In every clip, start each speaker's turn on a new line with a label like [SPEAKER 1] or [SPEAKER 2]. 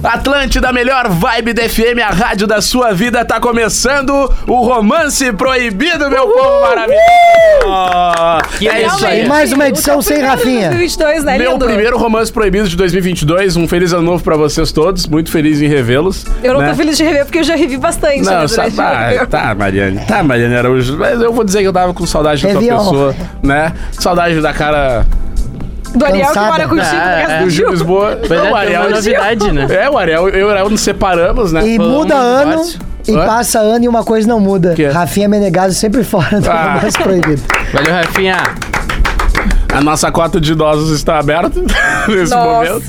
[SPEAKER 1] Atlântida, melhor vibe da FM, a rádio da sua vida, tá começando o Romance Proibido, meu povo maravilhoso!
[SPEAKER 2] Que
[SPEAKER 1] é isso aí.
[SPEAKER 3] E mais uma edição sem Rafinha.
[SPEAKER 2] 2022, né,
[SPEAKER 1] Meu
[SPEAKER 2] lindo?
[SPEAKER 1] primeiro romance proibido de 2022. Um feliz ano novo pra vocês todos. Muito feliz em revê-los.
[SPEAKER 2] Eu não
[SPEAKER 1] né?
[SPEAKER 2] tô feliz de rever É porque eu já revi bastante. né,
[SPEAKER 1] Não, sa-
[SPEAKER 2] durante
[SPEAKER 1] tá,
[SPEAKER 2] o-
[SPEAKER 1] tá, Mariane. Tá, Mariane Araújo. Mas eu vou dizer que eu tava com saudade da tua
[SPEAKER 3] Revião.
[SPEAKER 1] pessoa, né? Saudade da cara
[SPEAKER 2] Do Ariel que
[SPEAKER 3] cansada.
[SPEAKER 2] mora contigo no
[SPEAKER 4] Ah,
[SPEAKER 2] resto
[SPEAKER 1] do
[SPEAKER 2] do
[SPEAKER 1] Gil
[SPEAKER 2] dia.
[SPEAKER 1] Lisboa.
[SPEAKER 4] Mas
[SPEAKER 1] Não, o
[SPEAKER 4] é uma
[SPEAKER 1] Ariel.
[SPEAKER 4] novidade, né?
[SPEAKER 1] É, o Ariel, eu e o Ariel nos separamos, né?
[SPEAKER 3] E
[SPEAKER 4] Pô,
[SPEAKER 3] muda
[SPEAKER 4] um
[SPEAKER 3] ano,
[SPEAKER 4] negócio.
[SPEAKER 3] e
[SPEAKER 1] Hã?
[SPEAKER 3] passa ano e uma coisa não muda.
[SPEAKER 1] Quê?
[SPEAKER 3] Rafinha Menegaso sempre fora do
[SPEAKER 1] Ah.
[SPEAKER 3] romance proibido.
[SPEAKER 4] Valeu, Rafinha.
[SPEAKER 1] A nossa cota de idosos está aberta nesse
[SPEAKER 2] Nossa.
[SPEAKER 1] momento.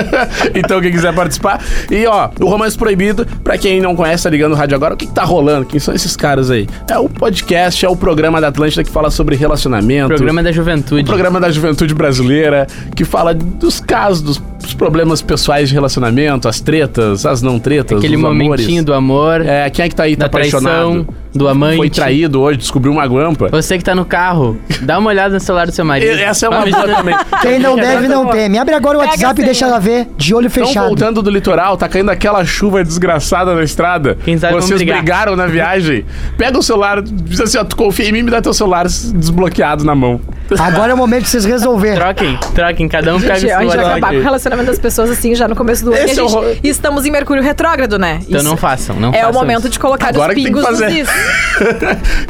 [SPEAKER 1] então, quem quiser participar. E, ó, o Romance Proibido, pra quem não conhece, tá ligando o rádio agora, o que, que tá rolando? Quem são esses caras aí? É o podcast, é o programa da Atlântida que fala sobre relacionamento.
[SPEAKER 4] Programa da Juventude.
[SPEAKER 1] programa da juventude brasileira, que fala dos casos, dos, dos problemas pessoais de relacionamento, as tretas, as não tretas,
[SPEAKER 4] Aquele
[SPEAKER 1] os
[SPEAKER 4] momentinho
[SPEAKER 1] amores.
[SPEAKER 4] do amor,
[SPEAKER 1] É, quem é que tá aí, tá
[SPEAKER 4] da traição,
[SPEAKER 1] apaixonado?
[SPEAKER 4] do amante.
[SPEAKER 1] Foi traído hoje, descobriu uma guampa.
[SPEAKER 4] Você que tá no carro, dá uma olhada no celular do seu
[SPEAKER 1] E-
[SPEAKER 4] marido.
[SPEAKER 1] Essa é uma
[SPEAKER 4] Vai
[SPEAKER 1] boa
[SPEAKER 4] imaginar-
[SPEAKER 1] também.
[SPEAKER 3] Quem não deve, não teme. Abre agora o
[SPEAKER 2] Pega a
[SPEAKER 3] WhatsApp
[SPEAKER 2] senha.
[SPEAKER 3] e deixa ela ver, de olho
[SPEAKER 1] Estão
[SPEAKER 3] fechado.
[SPEAKER 1] é voltando do litoral, tá caindo aquela chuva desgraçada na estrada.
[SPEAKER 4] Quem sabe vão
[SPEAKER 1] Vocês
[SPEAKER 4] brigar.
[SPEAKER 1] brigaram na viagem. Pega o celular, diz assim, ó, tu confia em mim, me dá teu celular desbloqueado na mão.
[SPEAKER 3] Agora é o momento de vocês resolverem.
[SPEAKER 1] Tá.
[SPEAKER 4] Troquem, troquem, cada um pega o
[SPEAKER 2] Gente, a gente vai
[SPEAKER 4] celular.
[SPEAKER 2] acabar com o relacionamento das pessoas assim já no começo do ano.
[SPEAKER 1] Esse
[SPEAKER 2] e a
[SPEAKER 1] é o
[SPEAKER 2] gente-
[SPEAKER 1] ro-
[SPEAKER 2] e estamos em Mercúrio retrógrado, né?
[SPEAKER 4] Então
[SPEAKER 2] Isso
[SPEAKER 4] não façam, não
[SPEAKER 2] É
[SPEAKER 4] façam
[SPEAKER 2] o momento
[SPEAKER 4] isso.
[SPEAKER 2] de colocar
[SPEAKER 1] Agora
[SPEAKER 2] os
[SPEAKER 1] que tem que
[SPEAKER 2] pingos nos
[SPEAKER 1] fazer.
[SPEAKER 2] is.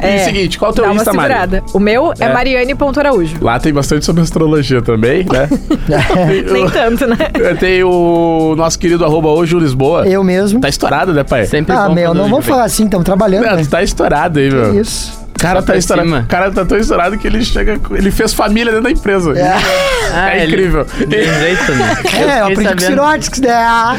[SPEAKER 1] E o seguinte, qual é o
[SPEAKER 2] dá
[SPEAKER 1] teu
[SPEAKER 2] uma
[SPEAKER 1] Insta, Mari?
[SPEAKER 2] segurada. O meu é, Mariane.araújo.
[SPEAKER 1] Lá tem bastante sobre astrologia também, né?
[SPEAKER 2] Nem tanto, né?
[SPEAKER 1] Eu tenho o nosso querido arroba hoje o Lisboa.
[SPEAKER 3] Eu mesmo.
[SPEAKER 1] Tá estourado, né, pai?
[SPEAKER 4] Sempre
[SPEAKER 3] Ah,
[SPEAKER 4] bom
[SPEAKER 3] meu,
[SPEAKER 4] quando
[SPEAKER 3] não
[SPEAKER 4] o
[SPEAKER 3] vamos
[SPEAKER 4] jovem-
[SPEAKER 3] falar assim, estamos trabalhando,
[SPEAKER 1] Não,
[SPEAKER 3] né?
[SPEAKER 1] tu tá estourado aí, meu.
[SPEAKER 3] Isso.
[SPEAKER 1] O cara
[SPEAKER 4] Só
[SPEAKER 1] tá
[SPEAKER 4] pra
[SPEAKER 1] estourado.
[SPEAKER 4] cima.
[SPEAKER 1] O cara tá tão estourado que ele chega. com- Ele fez família dentro da empresa.
[SPEAKER 4] Ah,
[SPEAKER 1] É
[SPEAKER 4] ele-
[SPEAKER 1] incrível.
[SPEAKER 4] Tem jeito, né?
[SPEAKER 3] É, eu
[SPEAKER 4] fiquei
[SPEAKER 3] aprendi com
[SPEAKER 4] sabendo.
[SPEAKER 3] Sirotics, né? Ah,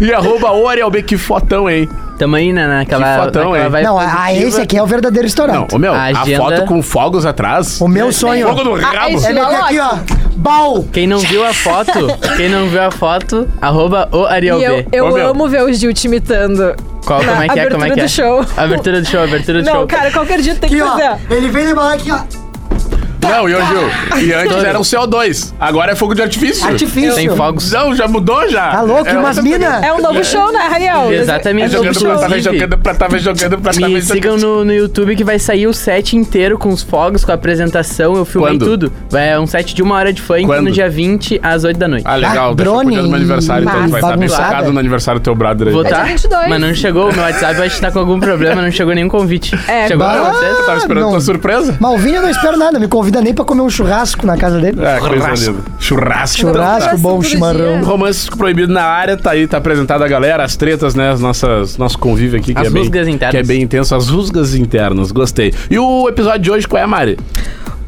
[SPEAKER 1] E arroba o Ariel B, que fotão, hein?
[SPEAKER 4] Tamo aí, né, naquela...
[SPEAKER 1] Que fotão,
[SPEAKER 4] naquela
[SPEAKER 1] hein?
[SPEAKER 4] vibe
[SPEAKER 3] Não, a, a
[SPEAKER 4] positiva.
[SPEAKER 3] esse aqui é o verdadeiro
[SPEAKER 1] Não,
[SPEAKER 3] estourante.
[SPEAKER 1] ô meu,
[SPEAKER 4] A agenda-
[SPEAKER 1] a foto com fogos atrás.
[SPEAKER 3] O meu sonho
[SPEAKER 1] Fogo no
[SPEAKER 2] Ah,
[SPEAKER 1] rabo.
[SPEAKER 2] esse
[SPEAKER 3] é meter aqui, ó. Bal!
[SPEAKER 4] Quem não viu a foto, quem não viu a foto, arroba o Ariel
[SPEAKER 2] E eu,
[SPEAKER 4] B.
[SPEAKER 2] eu
[SPEAKER 1] Ô, meu.
[SPEAKER 2] amo ver o Gil te imitando.
[SPEAKER 4] Qual,
[SPEAKER 2] na
[SPEAKER 4] como é que é, como é
[SPEAKER 2] abertura
[SPEAKER 4] que é?
[SPEAKER 2] do show.
[SPEAKER 4] Abertura do show, abertura do
[SPEAKER 2] Não,
[SPEAKER 4] show.
[SPEAKER 2] cara, qualquer dia tem que
[SPEAKER 3] Aqui, ó.
[SPEAKER 2] fazer.
[SPEAKER 3] Ele vem demorar aqui, ó.
[SPEAKER 1] Não, e hoje E antes era o CO2. Agora é fogo de artifício.
[SPEAKER 3] Artifício.
[SPEAKER 4] Tem fogos.
[SPEAKER 1] Não, já mudou já.
[SPEAKER 3] Tá louco?
[SPEAKER 1] É
[SPEAKER 3] umas
[SPEAKER 1] outra
[SPEAKER 3] mina?
[SPEAKER 2] É um novo show, né, um Ariel?
[SPEAKER 1] É
[SPEAKER 4] Exatamente.
[SPEAKER 1] jogando pra tava
[SPEAKER 4] Inclusive,
[SPEAKER 1] jogando, pra tava jogando, pra tava
[SPEAKER 4] Me sigam
[SPEAKER 1] jogando.
[SPEAKER 4] no, no YouTube que vai sair o set inteiro com os fogos, com a apresentação. Eu filmei
[SPEAKER 1] Quando?
[SPEAKER 4] tudo. Vai é um set de uma hora de funk
[SPEAKER 1] Quando?
[SPEAKER 4] no dia 20 às 8 da noite.
[SPEAKER 1] Ah, legal.
[SPEAKER 3] Ah,
[SPEAKER 1] Deixa eu
[SPEAKER 3] drone
[SPEAKER 1] cuidar do meu aniversário, então. Tu vai estar bem
[SPEAKER 3] bagunçada.
[SPEAKER 1] focado no aniversário do teu brother aí.
[SPEAKER 4] Vou
[SPEAKER 2] dia
[SPEAKER 4] tá,
[SPEAKER 2] 22.
[SPEAKER 4] mas não chegou. O meu WhatsApp eu acho que tá com algum problema, não chegou nenhum convite.
[SPEAKER 2] É,
[SPEAKER 4] chegou
[SPEAKER 3] bah.
[SPEAKER 4] pra vocês?
[SPEAKER 1] Eu tava tá esperando
[SPEAKER 3] Ah,
[SPEAKER 1] tua
[SPEAKER 3] não.
[SPEAKER 1] surpresa.
[SPEAKER 3] Malvinho eu não espero nada, me convida nem pra comer um churrasco na casa dele.
[SPEAKER 1] É, coisa linda. Churrasco.
[SPEAKER 3] Churrasco,
[SPEAKER 2] Churrasco
[SPEAKER 3] bom
[SPEAKER 2] todo
[SPEAKER 3] chimarrão.
[SPEAKER 2] dia.
[SPEAKER 1] Romances proibido na área, tá aí, tá apresentada a galera, as tretas, né? As nossas, nosso convívio aqui, que,
[SPEAKER 4] As
[SPEAKER 1] é bem,
[SPEAKER 4] rusgas internas.
[SPEAKER 1] que é bem intenso, as rusgas internas, gostei. E o episódio de hoje, qual é, Mari?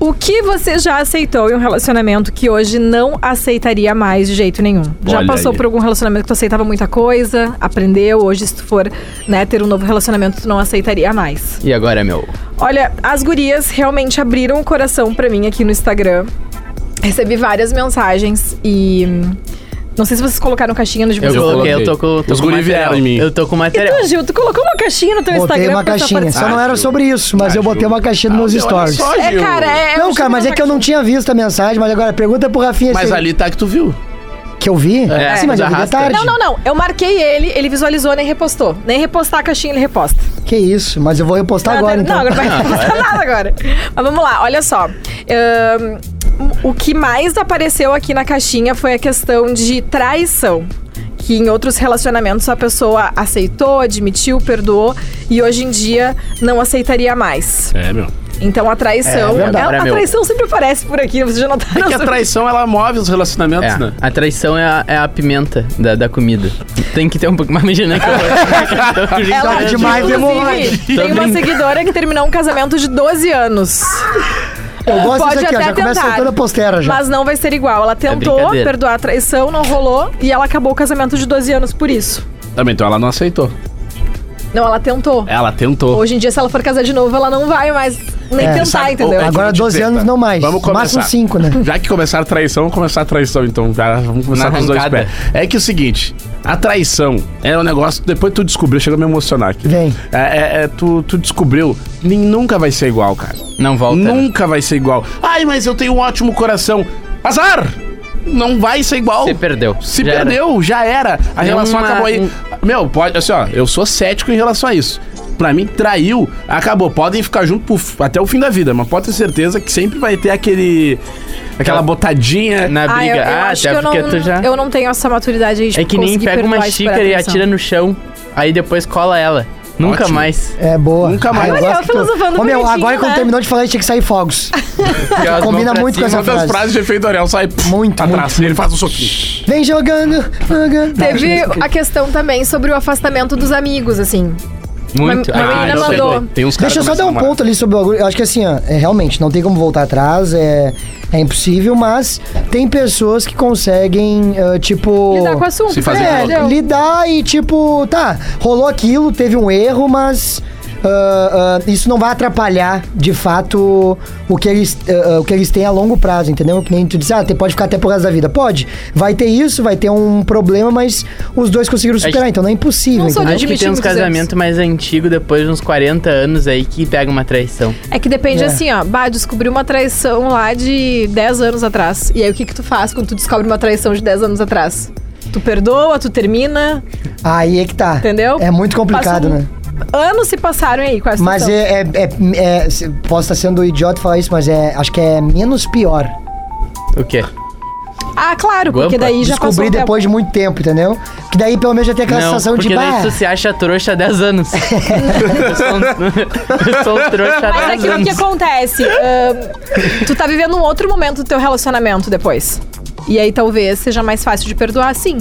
[SPEAKER 2] O que você já aceitou em um relacionamento que hoje não aceitaria mais de jeito nenhum? já
[SPEAKER 1] Olha
[SPEAKER 2] passou
[SPEAKER 1] aí.
[SPEAKER 2] por algum relacionamento que tu aceitava muita coisa, aprendeu, hoje se tu for, né, ter um novo relacionamento, tu não aceitaria mais.
[SPEAKER 4] E agora, meu?
[SPEAKER 2] Olha, as gurias realmente abriram o coração pra mim aqui no Instagram. Recebi várias mensagens e hum, não sei se vocês colocaram caixinha no de
[SPEAKER 4] Eu,
[SPEAKER 2] vocês.
[SPEAKER 4] coloquei, eu tô com. Tô
[SPEAKER 1] Os
[SPEAKER 4] com
[SPEAKER 1] guri
[SPEAKER 4] material.
[SPEAKER 1] vieram em mim.
[SPEAKER 4] Eu tô com
[SPEAKER 2] E
[SPEAKER 4] material.
[SPEAKER 2] tu, Gil, tu colocou uma caixinha no teu
[SPEAKER 3] Botei
[SPEAKER 2] Instagram
[SPEAKER 3] uma
[SPEAKER 2] pra pessoa
[SPEAKER 3] caixinha. Só não
[SPEAKER 2] participar?
[SPEAKER 3] era
[SPEAKER 1] Gil.
[SPEAKER 3] sobre isso, mas
[SPEAKER 1] Ah,
[SPEAKER 3] eu botei
[SPEAKER 1] Gil.
[SPEAKER 3] uma caixinha
[SPEAKER 1] Ah,
[SPEAKER 3] nos
[SPEAKER 1] meu, olha
[SPEAKER 3] stories.
[SPEAKER 1] só,
[SPEAKER 2] É,
[SPEAKER 1] Gil.
[SPEAKER 2] cara, é.
[SPEAKER 3] Não, cara, mas é que eu não tinha visto a mensagem, mas agora pergunta pro Rafinha
[SPEAKER 1] Mas
[SPEAKER 3] se-
[SPEAKER 1] ali tá que tu viu.
[SPEAKER 3] que eu vi.
[SPEAKER 4] É,
[SPEAKER 3] Sim, mas eu vi de
[SPEAKER 4] arrasta.
[SPEAKER 3] tarde.
[SPEAKER 2] Não, não, não. Eu marquei ele, ele visualizou, nem repostou. Nem repostar a caixinha, ele reposta.
[SPEAKER 3] Que isso, mas eu vou repostar agora
[SPEAKER 2] não,
[SPEAKER 3] então.
[SPEAKER 2] agora não vai repostar nada agora. Mas vamos lá, olha só. Ahn, o que mais apareceu aqui na caixinha foi a questão de traição. Que em outros relacionamentos a pessoa aceitou, admitiu, perdoou e hoje em dia não aceitaria mais.
[SPEAKER 1] É, meu.
[SPEAKER 2] Então a traição.
[SPEAKER 4] É verdade,
[SPEAKER 2] a, a
[SPEAKER 4] é meu.
[SPEAKER 2] traição sempre aparece por aqui, vocês já tá notaram.
[SPEAKER 1] Porque a traição, ela move os relacionamentos,
[SPEAKER 4] É,
[SPEAKER 1] né?
[SPEAKER 4] a traição é a, é a pimenta da, da comida. Tem que ter um pouco mais imagina que eu vou-
[SPEAKER 2] Ela, é
[SPEAKER 3] Tá demais,
[SPEAKER 2] inclusive,
[SPEAKER 3] hemorroide.
[SPEAKER 4] Tô
[SPEAKER 2] Tem uma
[SPEAKER 4] brincando.
[SPEAKER 2] seguidora que terminou um casamento de 12 anos.
[SPEAKER 3] Eu gosto
[SPEAKER 2] Pode
[SPEAKER 3] disso aqui, ó,
[SPEAKER 2] até
[SPEAKER 3] já começa
[SPEAKER 2] tentar.
[SPEAKER 3] soltando a postera já.
[SPEAKER 2] Mas não vai ser igual. Ela tentou
[SPEAKER 4] É brincadeira.
[SPEAKER 2] perdoar a traição, não rolou e ela acabou o casamento de 12 anos por isso.
[SPEAKER 1] Também, então ela não aceitou.
[SPEAKER 2] Não, ela tentou.
[SPEAKER 4] É.
[SPEAKER 1] Ela tentou.
[SPEAKER 2] Hoje em dia, se ela for casar de novo, ela não vai mais nem
[SPEAKER 3] É.
[SPEAKER 2] tentar,
[SPEAKER 1] Sabe-
[SPEAKER 2] entendeu?
[SPEAKER 1] Ô, Ed,
[SPEAKER 3] Agora
[SPEAKER 1] vou te
[SPEAKER 3] 12
[SPEAKER 1] dizer,
[SPEAKER 3] anos
[SPEAKER 1] tá?
[SPEAKER 3] não mais.
[SPEAKER 1] Vamos
[SPEAKER 3] No
[SPEAKER 1] começar.
[SPEAKER 3] máximo 5, né?
[SPEAKER 1] Já que começar a traição, vamos começar a traição então. Já vamos começar
[SPEAKER 4] Na
[SPEAKER 1] com os dois
[SPEAKER 4] arrancada.
[SPEAKER 1] pés. É que é o seguinte, a traição é um negócio, depois tu descobriu, chega a me emocionar aqui.
[SPEAKER 3] Vem.
[SPEAKER 1] É, é- é, tu, tu descobriu, nem, nunca vai ser igual, cara.
[SPEAKER 4] Não volta. né?
[SPEAKER 1] Nunca vai ser igual. Ai, mas eu tenho um ótimo coração. Azar! Não vai ser igual.
[SPEAKER 4] Se perdeu.
[SPEAKER 1] Se
[SPEAKER 4] Já era.
[SPEAKER 1] perdeu, já era. A
[SPEAKER 4] É
[SPEAKER 1] relação
[SPEAKER 4] uma-
[SPEAKER 1] acabou aí.
[SPEAKER 4] um-
[SPEAKER 1] Meu, pode. Assim, ó, eu sou cético em relação a isso. Pra mim, traiu, acabou. Podem ficar junto pro f- até o fim da vida, mas pode ter certeza que sempre vai ter aquele. Aquela botadinha.
[SPEAKER 4] Na
[SPEAKER 2] Ah, eu,
[SPEAKER 4] briga.
[SPEAKER 2] eu
[SPEAKER 4] Ah, até
[SPEAKER 2] acho que eu
[SPEAKER 4] porque
[SPEAKER 2] não,
[SPEAKER 4] tu já.
[SPEAKER 2] eu não tenho essa maturidade aí de
[SPEAKER 4] É que nem
[SPEAKER 2] conseguir
[SPEAKER 4] pega uma
[SPEAKER 2] perdoar e superar
[SPEAKER 4] xícara e
[SPEAKER 2] a traição.
[SPEAKER 4] atira no chão. Aí depois cola ela. Nunca
[SPEAKER 1] Ótimo.
[SPEAKER 4] mais.
[SPEAKER 3] É boa.
[SPEAKER 1] Nunca mais.
[SPEAKER 3] Ah,
[SPEAKER 1] Olha,
[SPEAKER 3] gosto
[SPEAKER 2] eu
[SPEAKER 3] que tu-
[SPEAKER 2] filosofando
[SPEAKER 3] Ô, meu,
[SPEAKER 2] bonitinho,
[SPEAKER 3] agora quando
[SPEAKER 2] né?
[SPEAKER 3] terminou de falar, a gente tinha que sair fogos. Ah, Combina muito com
[SPEAKER 1] uma
[SPEAKER 3] essa
[SPEAKER 1] das
[SPEAKER 3] frase.
[SPEAKER 1] frases de efeito Ariel sai pff,
[SPEAKER 3] Muito,
[SPEAKER 1] pra trás.
[SPEAKER 3] muito,
[SPEAKER 1] Ele faz um soquinho.
[SPEAKER 3] Vem jogando, jogando. Tá,
[SPEAKER 2] Teve a questão também sobre o afastamento dos amigos, assim.
[SPEAKER 4] Muito.
[SPEAKER 2] Uma- uma
[SPEAKER 4] Ah,
[SPEAKER 2] menina
[SPEAKER 4] eu sei.
[SPEAKER 2] mandou.
[SPEAKER 1] Tem uns caras
[SPEAKER 3] Deixa eu só
[SPEAKER 1] que
[SPEAKER 3] dar um
[SPEAKER 1] começam a
[SPEAKER 3] ponto ali sobre o bagulho. Eu acho que assim, ó, é, realmente, não tem como voltar atrás, é, é impossível, mas tem pessoas que conseguem, ah, tipo.
[SPEAKER 2] Lidar com o assunto.
[SPEAKER 1] Se fazer
[SPEAKER 2] né?
[SPEAKER 3] é,
[SPEAKER 1] entendeu?
[SPEAKER 3] lidar e tipo, tá, rolou aquilo, teve um erro, mas. ah, ah, isso não vai atrapalhar de fato o que eles ah, ah, o que eles têm a longo prazo, entendeu? Que nem tu disse, ah, te- pode ficar até pro resto da vida. Pode, vai ter isso, vai ter um problema, mas os dois conseguiram superar, então não é impossível.
[SPEAKER 2] Não sou
[SPEAKER 3] entendeu?
[SPEAKER 4] Acho que tem
[SPEAKER 2] admitimos
[SPEAKER 4] uns
[SPEAKER 2] que fizemos.
[SPEAKER 4] casamentos mais antigos, depois de uns 40 anos aí, que pega uma traição.
[SPEAKER 2] É que depende
[SPEAKER 3] É.
[SPEAKER 2] assim, ó. Bah, descobri uma traição lá de 10 anos atrás. E aí o que que tu faz quando tu descobre uma traição de 10 anos atrás? Tu perdoa, tu termina,
[SPEAKER 3] Aí é que tá.
[SPEAKER 2] entendeu? um
[SPEAKER 3] É muito complicado,
[SPEAKER 2] Passam-
[SPEAKER 3] né?
[SPEAKER 2] Anos se passaram aí com essa
[SPEAKER 3] Mas
[SPEAKER 2] situação.
[SPEAKER 3] é, é, é- é- se- Posso estar sendo idiota falar isso, mas é. Acho que é menos pior.
[SPEAKER 4] O quê?
[SPEAKER 2] Ah, claro, porque
[SPEAKER 4] Guampa,
[SPEAKER 2] daí já passou
[SPEAKER 3] Descobrir
[SPEAKER 2] um tempo.
[SPEAKER 3] é- depois de muito tempo, entendeu? Que daí pelo menos já tem aquela sensação
[SPEAKER 4] porque
[SPEAKER 3] de
[SPEAKER 4] daí assim,
[SPEAKER 3] bah.
[SPEAKER 4] tu se acha trouxa há 10 anos. eu, sou um, eu sou um trouxa há
[SPEAKER 2] Mas
[SPEAKER 4] 10
[SPEAKER 2] aquilo que
[SPEAKER 4] anos.
[SPEAKER 2] acontece, ahn, tu tá vivendo um outro momento do teu relacionamento depois. E aí talvez seja mais fácil de perdoar, sim,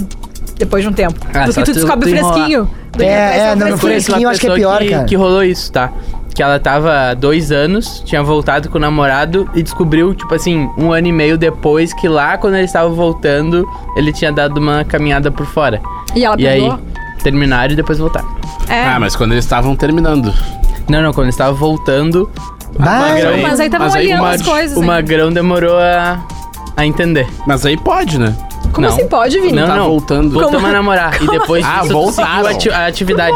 [SPEAKER 2] depois de um tempo.
[SPEAKER 4] Ah,
[SPEAKER 2] do que
[SPEAKER 4] só
[SPEAKER 2] tu
[SPEAKER 4] tu-
[SPEAKER 2] descobre
[SPEAKER 4] tu enrolar.
[SPEAKER 2] fresquinho. Do que
[SPEAKER 3] É,
[SPEAKER 2] a traição
[SPEAKER 3] é, não, não
[SPEAKER 4] Foi
[SPEAKER 3] foi
[SPEAKER 2] fresquinha.
[SPEAKER 4] aquela
[SPEAKER 3] fresquinho, acho que é
[SPEAKER 4] pessoa
[SPEAKER 3] pior,
[SPEAKER 4] que,
[SPEAKER 3] cara.
[SPEAKER 4] que rolou isso, tá? Que ela tava há dois anos, tinha voltado com o namorado e descobriu, tipo assim, um ano e meio depois que lá quando ele estava voltando, ele tinha dado uma caminhada por fora.
[SPEAKER 2] E ela
[SPEAKER 4] e aí,
[SPEAKER 2] perdoou.
[SPEAKER 4] terminaram e depois voltaram.
[SPEAKER 2] É.
[SPEAKER 1] Ah, mas quando eles estavam terminando.
[SPEAKER 4] Não, não, quando ele estava voltando,
[SPEAKER 3] bah, é
[SPEAKER 4] Magrão.
[SPEAKER 2] Ah, Mas aí estavam
[SPEAKER 1] Mas aí
[SPEAKER 2] olhando
[SPEAKER 1] uma-
[SPEAKER 2] as coisas. né?
[SPEAKER 4] o
[SPEAKER 2] hein?
[SPEAKER 4] Magrão demorou a, a entender.
[SPEAKER 1] Mas aí pode, né?
[SPEAKER 2] Como
[SPEAKER 4] não.
[SPEAKER 2] assim pode, Vini?
[SPEAKER 4] Não,
[SPEAKER 1] Tá
[SPEAKER 4] não.
[SPEAKER 1] voltando.
[SPEAKER 4] Voltamos
[SPEAKER 2] Como-
[SPEAKER 4] a namorar. E depois
[SPEAKER 1] assim? Ah,
[SPEAKER 4] disso, tu seguiu
[SPEAKER 1] voltaram.
[SPEAKER 4] a, ati- a atividade.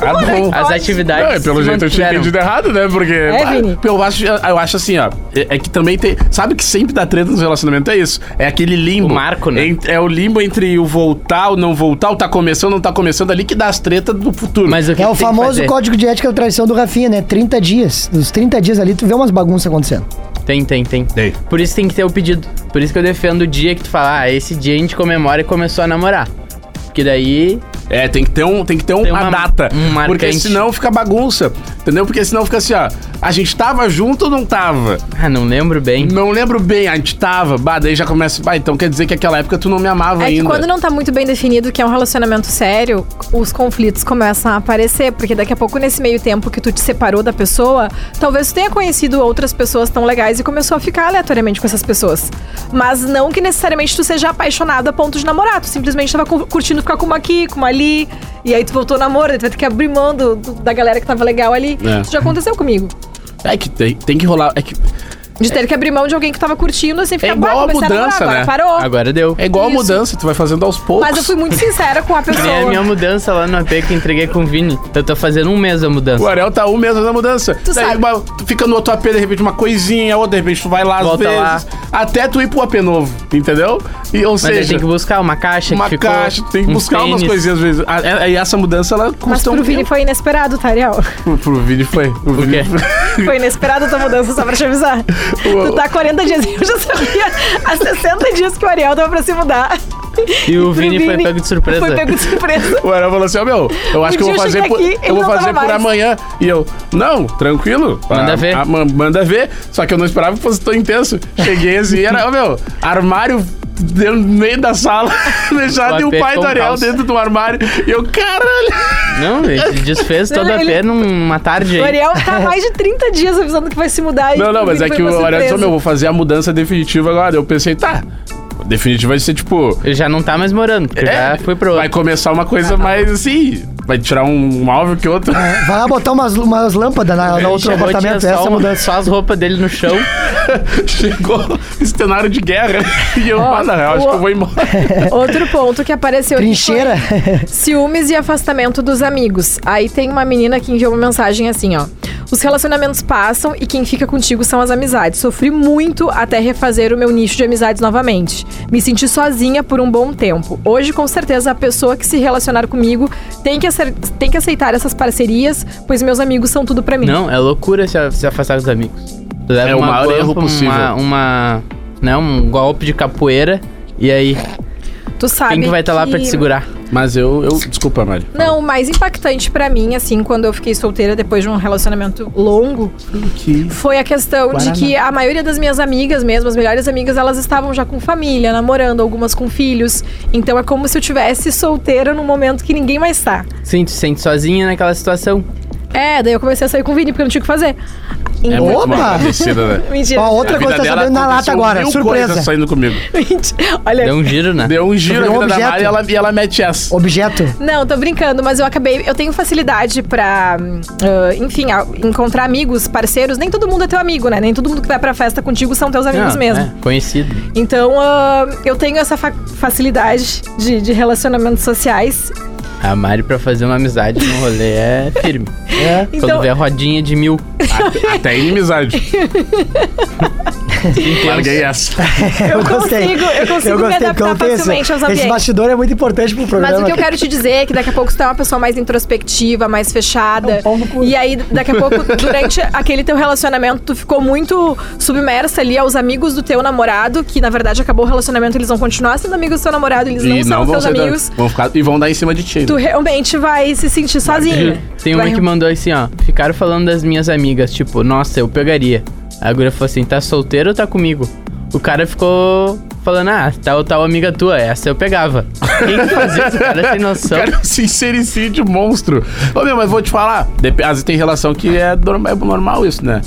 [SPEAKER 1] Ah, bom.
[SPEAKER 4] As atividades.
[SPEAKER 1] Não, é, pelo
[SPEAKER 4] se
[SPEAKER 1] jeito eu tinha
[SPEAKER 4] mantiveram.
[SPEAKER 1] entendido errado, né? Porque.
[SPEAKER 2] É,
[SPEAKER 1] Ah,
[SPEAKER 2] Vini?
[SPEAKER 1] Eu acho, eu acho assim, ó. É, é que também tem. Sabe que sempre dá treta nos relacionamentos? É isso. É aquele limbo.
[SPEAKER 4] O marco, né?
[SPEAKER 1] Ent- É, o limbo entre o voltar, o não voltar, o tá começando, o não tá começando ali que dá as tretas do futuro.
[SPEAKER 4] Mas o que
[SPEAKER 3] É o
[SPEAKER 4] tem que
[SPEAKER 3] famoso
[SPEAKER 4] fazer?
[SPEAKER 3] código de ética da traição do Rafinha, né? 30 dias. Dos 30 dias ali, tu vê umas bagunças acontecendo.
[SPEAKER 4] Tem, tem, tem.
[SPEAKER 1] Tem.
[SPEAKER 4] Por isso tem que ter o pedido. Por isso que eu defendo o dia que tu fala, ah, esse dia a gente comemora e começou a namorar. Porque daí.
[SPEAKER 1] É, tem que ter, um, tem que ter um-
[SPEAKER 4] Tem
[SPEAKER 1] uma,
[SPEAKER 4] uma-
[SPEAKER 1] data.
[SPEAKER 4] um marcante.
[SPEAKER 1] porque senão fica bagunça. Entendeu? Porque senão fica assim, ó. A gente tava junto ou não tava?
[SPEAKER 4] Ah, não lembro bem.
[SPEAKER 1] Não lembro bem, a gente tava. Bah, daí já começa. Bah, então quer dizer que aquela época tu não me amava
[SPEAKER 2] É que
[SPEAKER 1] ainda.
[SPEAKER 2] quando não tá muito bem definido que é um relacionamento sério, os conflitos começam a aparecer, porque daqui a pouco, nesse meio tempo que tu te separou da pessoa, talvez tu tenha conhecido outras pessoas tão legais e começou a ficar aleatoriamente com essas pessoas. Mas não que necessariamente tu seja apaixonado a ponto de namorar, tu simplesmente tava cu- curtindo ficar com uma aqui, com uma ali, e aí tu voltou ao namoro, daí tu vai ter que abrir mão do- do- da galera que tava legal ali.
[SPEAKER 1] É.
[SPEAKER 2] Isso já aconteceu comigo.
[SPEAKER 1] É que tem, tem que rolar. É que.
[SPEAKER 2] De ter que abrir mão de alguém que tava curtindo, assim, ficar,
[SPEAKER 1] É igual
[SPEAKER 2] "Bah,
[SPEAKER 1] a
[SPEAKER 2] comecei namorar,
[SPEAKER 1] mudança,
[SPEAKER 2] agora
[SPEAKER 1] né?
[SPEAKER 2] parou.
[SPEAKER 4] Agora deu.
[SPEAKER 1] É igual a
[SPEAKER 2] Isso.
[SPEAKER 1] mudança, tu vai fazendo aos poucos.
[SPEAKER 2] Mas eu fui muito sincera com a
[SPEAKER 4] Que
[SPEAKER 2] pessoa.
[SPEAKER 4] nem a minha mudança lá no AP que entreguei com o Vini. Eu tô fazendo um mês a mudança.
[SPEAKER 1] O Ariel tá um mês na mudança.
[SPEAKER 2] Tu
[SPEAKER 1] Daí
[SPEAKER 2] sabe.
[SPEAKER 1] uma- tu fica no outro AP, de repente, uma coisinha, ou de repente tu vai lá às
[SPEAKER 4] Volta
[SPEAKER 1] vezes.
[SPEAKER 4] lá.
[SPEAKER 1] Até tu ir pro AP novo, entendeu? E, ou
[SPEAKER 4] Mas aí
[SPEAKER 1] seja,
[SPEAKER 4] tem que buscar uma caixa
[SPEAKER 1] uma
[SPEAKER 4] que ficou. um
[SPEAKER 1] caixa, tu tem que
[SPEAKER 4] uns
[SPEAKER 1] buscar umas
[SPEAKER 4] tênis.
[SPEAKER 1] coisinhas às vezes. A- a- é, E essa mudança, ela custa
[SPEAKER 2] Mas pro
[SPEAKER 1] um
[SPEAKER 2] Vini
[SPEAKER 1] tempo.
[SPEAKER 2] foi inesperado, tá, Ariel?
[SPEAKER 1] Pro, pro Vini foi. Pro Vini
[SPEAKER 4] quê?
[SPEAKER 1] foi.
[SPEAKER 2] Foi inesperado a tua mudança, só pra te avisar. tu tá há 40 dias e eu já sabia há 60 dias que o Ariel tava pra se mudar.
[SPEAKER 4] E o
[SPEAKER 2] pro
[SPEAKER 4] Vini foi pego de surpresa.
[SPEAKER 2] Foi pego de surpresa.
[SPEAKER 1] O Ariel falou assim, ó, meu, eu acho
[SPEAKER 2] Um
[SPEAKER 1] que eu vou
[SPEAKER 2] dia eu
[SPEAKER 1] fazer
[SPEAKER 2] cheguei
[SPEAKER 1] por,
[SPEAKER 2] aqui, ele
[SPEAKER 1] eu vou
[SPEAKER 2] não tava
[SPEAKER 1] fazer por
[SPEAKER 2] mais.
[SPEAKER 1] amanhã. E eu, não, tranquilo.
[SPEAKER 4] Manda
[SPEAKER 1] Ah,
[SPEAKER 4] ver.
[SPEAKER 1] ah, man- manda ver. Só que eu não esperava que fosse tão intenso. Cheguei assim, era, ó, meu, armário deu no meio da sala, deixado e o
[SPEAKER 4] AP
[SPEAKER 1] pai
[SPEAKER 4] com
[SPEAKER 1] do Ariel
[SPEAKER 4] calça.
[SPEAKER 1] dentro do armário. E eu, caralho.
[SPEAKER 4] Não, ele desfez todo a
[SPEAKER 2] Ele-
[SPEAKER 4] AP numa tarde. aí.
[SPEAKER 2] O Ariel tá há mais de 30 dias avisando que vai se mudar. e
[SPEAKER 1] Não, não, mas
[SPEAKER 2] Vini
[SPEAKER 1] é
[SPEAKER 2] foi
[SPEAKER 1] que
[SPEAKER 2] pra
[SPEAKER 1] o Ariel disse, ó,
[SPEAKER 2] surpresa.
[SPEAKER 1] meu, eu vou fazer a mudança definitiva agora. Eu pensei, tá, definitiva vai ser tipo...
[SPEAKER 4] Ele já não tá mais morando, porque
[SPEAKER 1] É,
[SPEAKER 4] já foi pro
[SPEAKER 1] Vai
[SPEAKER 4] outro.
[SPEAKER 2] Ah, tá.
[SPEAKER 1] começar uma coisa mais assim. Vai tirar um, um alvo que outro.
[SPEAKER 3] Vai lá botar umas, umas lâmpadas na, no outro
[SPEAKER 4] Chegou, tinha
[SPEAKER 3] apartamento.
[SPEAKER 4] só,
[SPEAKER 3] Essa é a
[SPEAKER 4] uma-
[SPEAKER 3] mudança.
[SPEAKER 4] só as roupas dele no chão.
[SPEAKER 1] Chegou esse cenário de guerra. E eu,
[SPEAKER 2] Ó,
[SPEAKER 1] ah, na real, acho
[SPEAKER 2] o-
[SPEAKER 1] que eu vou embora.
[SPEAKER 2] Outro ponto que apareceu aqui foi
[SPEAKER 3] Trincheira.
[SPEAKER 2] Ciúmes e afastamento dos amigos. Aí tem uma menina que enviou uma mensagem assim, ó. Os relacionamentos passam e quem fica contigo são as amizades. Sofri muito até refazer o meu nicho de amizades novamente. Me senti sozinha por um bom tempo. Hoje, com certeza, a pessoa que se relacionar comigo tem que, acer- tem que aceitar essas parcerias, pois meus amigos são tudo pra mim.
[SPEAKER 4] Não, é loucura se, a- se afastar dos amigos. Leva
[SPEAKER 1] É o maior erro
[SPEAKER 4] guampa,
[SPEAKER 1] possível.
[SPEAKER 4] Uma, uma, né, um golpe de capoeira. E aí,
[SPEAKER 2] Tu sabe
[SPEAKER 4] quem que vai estar lá pra te
[SPEAKER 2] que-
[SPEAKER 4] segurar?
[SPEAKER 1] Mas eu, eu. Desculpa, Mari.
[SPEAKER 2] Não, o mais impactante pra mim, assim, quando eu fiquei solteira depois de um relacionamento longo,
[SPEAKER 1] Que
[SPEAKER 2] foi a questão de que a maioria das minhas amigas mesmo, as melhores amigas, elas estavam já com família, namorando, algumas com filhos. Então é como se eu tivesse solteira num momento que ninguém mais tá.
[SPEAKER 4] Sim, tu se sente sozinha naquela situação.
[SPEAKER 2] É, daí eu comecei a sair com o Vini, porque eu não tinha o que fazer. Então,
[SPEAKER 1] é muito
[SPEAKER 3] Opa!
[SPEAKER 1] mal agradecida, né?
[SPEAKER 2] Mentira.
[SPEAKER 3] Ó, outra
[SPEAKER 1] A vida
[SPEAKER 3] coisa que tá
[SPEAKER 1] dela
[SPEAKER 3] sabendo na lata
[SPEAKER 1] aconteceu
[SPEAKER 3] agora.
[SPEAKER 1] mil
[SPEAKER 3] Surpresa.
[SPEAKER 1] coisas saindo comigo.
[SPEAKER 2] Mentira. Olha,
[SPEAKER 4] Deu um giro, né?
[SPEAKER 1] Deu um giro na
[SPEAKER 3] Virou
[SPEAKER 1] vida da
[SPEAKER 3] objeto.
[SPEAKER 1] Mari e ela, e ela mete essa.
[SPEAKER 3] Objeto.
[SPEAKER 2] Não, tô brincando, mas eu acabei. Eu tenho facilidade pra, hum, ah, enfim, a- encontrar amigos, parceiros. Nem todo mundo é teu amigo, né? Nem todo mundo que vai pra festa contigo são teus amigos
[SPEAKER 4] Ah,
[SPEAKER 2] mesmo.
[SPEAKER 4] é, conhecido.
[SPEAKER 2] Então, ah, eu tenho essa fa- facilidade de, de relacionamentos sociais.
[SPEAKER 4] A Mari pra fazer uma amizade no rolê é firme.
[SPEAKER 3] É.
[SPEAKER 4] Quando
[SPEAKER 2] Então,
[SPEAKER 4] vê a rodinha de mil.
[SPEAKER 1] Até, até inimizade. Larguei essa.
[SPEAKER 2] eu consigo, eu consigo me adaptar
[SPEAKER 3] porque eu tenho
[SPEAKER 2] facilmente
[SPEAKER 3] esse,
[SPEAKER 2] aos
[SPEAKER 3] Esse
[SPEAKER 2] ambientes.
[SPEAKER 3] bastidor é muito importante pro programa.
[SPEAKER 2] Mas o que eu quero te dizer é que daqui a pouco você tá uma pessoa mais introspectiva, mais fechada.
[SPEAKER 3] É um pau no cu.
[SPEAKER 2] e aí, daqui a pouco, durante aquele teu relacionamento, tu ficou muito submersa ali aos amigos do teu namorado, que na verdade acabou o relacionamento, eles vão continuar sendo amigos do seu namorado, eles não,
[SPEAKER 1] E
[SPEAKER 2] são
[SPEAKER 1] não vão
[SPEAKER 2] seus
[SPEAKER 1] ser da-
[SPEAKER 2] amigos.
[SPEAKER 1] vão ficar E vão dar em cima de ti.
[SPEAKER 2] Tu realmente vai se sentir sozinha.
[SPEAKER 1] um
[SPEAKER 4] Tem uma
[SPEAKER 2] Vai- um.
[SPEAKER 4] que mandou assim, ó. Ficaram falando das minhas amigas, tipo, nossa, eu pegaria. A guria falou assim, tá solteiro ou tá comigo? O cara ficou falando, ah, tal, tal amiga tua, essa eu pegava. Quem que faz isso? O cara sem noção.
[SPEAKER 1] Cara, é um sincericídio monstro. Ô, meu, mas vou te falar. dep- Às vezes tem relação que é normal, é normal isso, né?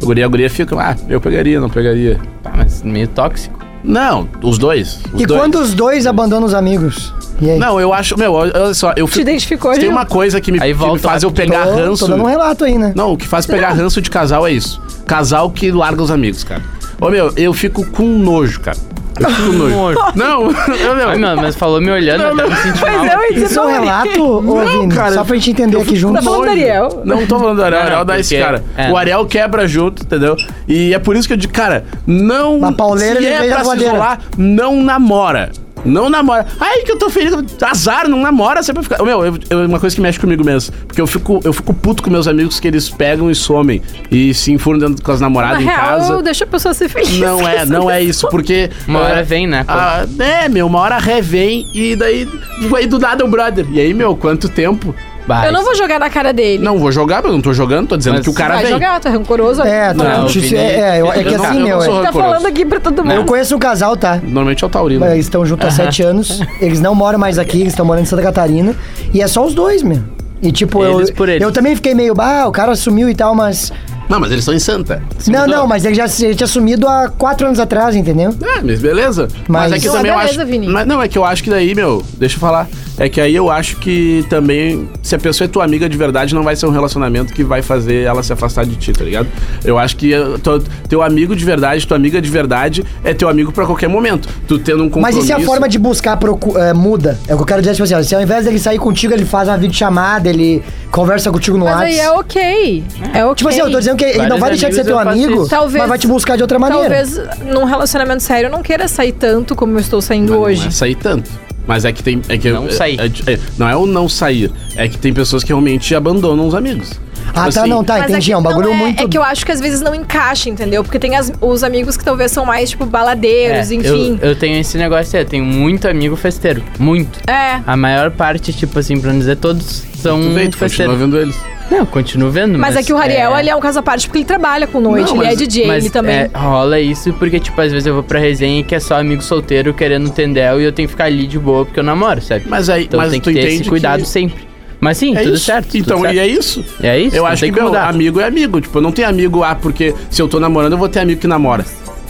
[SPEAKER 1] A guria, a guria fica, ah, eu pegaria, não pegaria.
[SPEAKER 4] Pá, Ah, mas meio tóxico.
[SPEAKER 1] Não, os dois. Os
[SPEAKER 3] E
[SPEAKER 1] dois.
[SPEAKER 3] quando os dois abandonam os amigos? E aí?
[SPEAKER 1] Não, eu acho, meu, olha só, eu
[SPEAKER 2] Te identificou,
[SPEAKER 1] Tem
[SPEAKER 2] Gil?
[SPEAKER 1] uma coisa que me,
[SPEAKER 4] Aí
[SPEAKER 1] que me
[SPEAKER 4] volta
[SPEAKER 1] faz eu
[SPEAKER 4] lá,
[SPEAKER 1] pegar
[SPEAKER 3] tô,
[SPEAKER 1] ranço.
[SPEAKER 3] Tô dando um relato aí, né?
[SPEAKER 1] Não, o que faz pegar ranço de casal é isso. Casal que larga os amigos, cara. Ô, meu, eu fico com nojo, cara. Eu fico com nojo. Não, eu, meu,
[SPEAKER 4] Ai, mano, mas falou me olhando, eu até me senti mal.
[SPEAKER 2] Pois é, eu ia dizer
[SPEAKER 3] Isso é um
[SPEAKER 2] pra ele.
[SPEAKER 3] relato, ô Vini?
[SPEAKER 1] cara,
[SPEAKER 3] Só pra gente entender aqui
[SPEAKER 2] Tá
[SPEAKER 3] juntos.
[SPEAKER 2] falando do Ariel?
[SPEAKER 1] Não tô falando do Ariel, o
[SPEAKER 4] Não,
[SPEAKER 1] Ariel dá
[SPEAKER 4] porque-
[SPEAKER 1] esse cara.
[SPEAKER 4] é.
[SPEAKER 1] O Ariel quebra junto, entendeu? E é por isso que eu digo, cara, não.
[SPEAKER 3] Na pauleira
[SPEAKER 1] se
[SPEAKER 3] ele
[SPEAKER 1] é
[SPEAKER 3] veio
[SPEAKER 1] pra
[SPEAKER 3] da
[SPEAKER 1] se
[SPEAKER 3] voadeira.
[SPEAKER 1] isolar, não namora. Não namora. Ai, que eu tô feliz. Azar, não namora. Você vai ficar. Meu, eu, eu- uma coisa que mexe comigo mesmo. Porque eu fico, eu fico puto com meus amigos que eles pegam e somem. E se enfuram dentro com as
[SPEAKER 2] Na
[SPEAKER 1] namoradas em
[SPEAKER 2] real,
[SPEAKER 1] casa.
[SPEAKER 2] deixa a pessoa ser feliz.
[SPEAKER 1] Não é, não é isso, porque.
[SPEAKER 4] Uma hora
[SPEAKER 1] ah,
[SPEAKER 4] vem, né, pô?
[SPEAKER 1] ah, é, meu, uma hora revém e daí. Aí do nada o brother. E aí, meu, quanto tempo?
[SPEAKER 4] Bah,
[SPEAKER 2] Eu não vou jogar na cara dele.
[SPEAKER 1] Não vou jogar, mas eu não tô jogando, tô dizendo
[SPEAKER 4] Mas
[SPEAKER 1] que o cara
[SPEAKER 2] Vai
[SPEAKER 1] vem.
[SPEAKER 2] jogar, tu é rancoroso.
[SPEAKER 3] É,
[SPEAKER 2] olha.
[SPEAKER 3] tô,
[SPEAKER 4] Não,
[SPEAKER 3] isso
[SPEAKER 4] Vini,
[SPEAKER 3] é, é, eu- é que
[SPEAKER 1] eu não-
[SPEAKER 3] assim,
[SPEAKER 1] eu
[SPEAKER 3] meu.
[SPEAKER 1] não sou
[SPEAKER 3] é-
[SPEAKER 2] tá
[SPEAKER 1] rancoroso.
[SPEAKER 2] falando aqui pra todo mundo.
[SPEAKER 3] Eu conheço um casal, tá?
[SPEAKER 1] Normalmente é o Taurino.
[SPEAKER 3] Eles estão juntos há sete anos. Eles não moram mais aqui, eles estão morando em Santa Catarina. E é só os dois, meu. E tipo,
[SPEAKER 4] Eles
[SPEAKER 3] eu,
[SPEAKER 4] por eles.
[SPEAKER 3] eu também fiquei meio, bah, o cara sumiu e tal, mas.
[SPEAKER 1] Não, mas eles estão em Santa.
[SPEAKER 3] não, não, mas ele já se- ele tinha sumido há quatro anos atrás, entendeu?
[SPEAKER 1] É, mas beleza. Mas,
[SPEAKER 3] Mas-
[SPEAKER 1] é que
[SPEAKER 3] Não,
[SPEAKER 1] também eu
[SPEAKER 2] beleza,
[SPEAKER 1] acho.
[SPEAKER 2] Vini.
[SPEAKER 1] Mas não, é que eu acho que daí, meu, deixa eu falar. É que aí eu acho que também, se a pessoa é tua amiga de verdade, não vai ser um relacionamento que vai fazer ela se afastar de ti, tá ligado? Eu acho que eh, teu, teu amigo de verdade, tua amiga de verdade, é teu amigo pra qualquer momento. Tu tendo um
[SPEAKER 3] Mas
[SPEAKER 1] compromisso.
[SPEAKER 3] e se a forma de buscar procu- é, muda? É o que eu quero dizer, tipo assim, ó, se ao invés dele sair contigo, ele faz uma videochamada, ele conversa contigo no
[SPEAKER 2] Mas aí é
[SPEAKER 3] WhatsApp.
[SPEAKER 2] ok. É ok.
[SPEAKER 3] Tipo assim, eu tô dizendo que é ele não
[SPEAKER 4] Vários
[SPEAKER 3] vai deixar de ser
[SPEAKER 4] amigos
[SPEAKER 3] teu
[SPEAKER 4] eu faço
[SPEAKER 3] amigo,
[SPEAKER 4] isso.
[SPEAKER 3] mas vai te buscar de outra maneira.
[SPEAKER 2] Talvez num relacionamento sério eu não queira sair tanto como eu estou saindo
[SPEAKER 1] Mas
[SPEAKER 2] hoje.
[SPEAKER 1] Não é sair tanto. Mas é que tem. É que
[SPEAKER 4] Não
[SPEAKER 1] é-
[SPEAKER 4] sair.
[SPEAKER 1] é- é- não é o não sair. É que tem pessoas que realmente abandonam os amigos. Tipo assim,
[SPEAKER 3] Ah,
[SPEAKER 4] Assim.
[SPEAKER 3] tá, não, tá,
[SPEAKER 2] Mas
[SPEAKER 3] entendi.
[SPEAKER 2] que
[SPEAKER 3] É um
[SPEAKER 2] não
[SPEAKER 3] bagulho
[SPEAKER 2] é,
[SPEAKER 3] muito.
[SPEAKER 2] É que eu acho que às vezes não encaixa, entendeu? Porque tem as- os amigos que talvez são mais, tipo, baladeiros,
[SPEAKER 4] É,
[SPEAKER 2] enfim.
[SPEAKER 4] Eu, eu tenho esse negócio, aí, eu tenho muito amigo festeiro. Muito.
[SPEAKER 2] É.
[SPEAKER 4] A maior parte, tipo assim, pra não dizer todos, são
[SPEAKER 1] Tu vê, tu continua
[SPEAKER 4] festeiros.
[SPEAKER 1] vendo eles.
[SPEAKER 4] Não, eu continuo vendo,
[SPEAKER 2] Mas,
[SPEAKER 4] mas...
[SPEAKER 2] é que o Ariel, ele é um caso à parte porque ele trabalha com noite,
[SPEAKER 1] Não,
[SPEAKER 2] ele é
[SPEAKER 1] mas-
[SPEAKER 2] DJ,
[SPEAKER 4] mas
[SPEAKER 2] ele também.
[SPEAKER 4] é, rola isso porque, tipo, às vezes eu vou pra resenha que é só amigo solteiro querendo tendel e eu tenho que ficar ali de boa porque eu namoro, sabe?
[SPEAKER 1] Mas aí-
[SPEAKER 4] então
[SPEAKER 1] mas
[SPEAKER 4] tem
[SPEAKER 1] tu
[SPEAKER 4] que ter
[SPEAKER 1] entende
[SPEAKER 4] esse cuidado
[SPEAKER 1] que-
[SPEAKER 4] sempre. Mas sim,
[SPEAKER 1] É
[SPEAKER 4] tudo
[SPEAKER 1] isso.
[SPEAKER 4] certo. tudo
[SPEAKER 1] Então,
[SPEAKER 4] certo.
[SPEAKER 1] e é isso.
[SPEAKER 4] É isso,
[SPEAKER 1] Eu
[SPEAKER 4] não
[SPEAKER 1] acho
[SPEAKER 4] tem
[SPEAKER 1] que,
[SPEAKER 4] que
[SPEAKER 1] meu,
[SPEAKER 4] mudar.
[SPEAKER 1] amigo é amigo. Tipo, eu não tenho amigo, ah, porque se eu tô namorando, eu vou ter amigo que namora.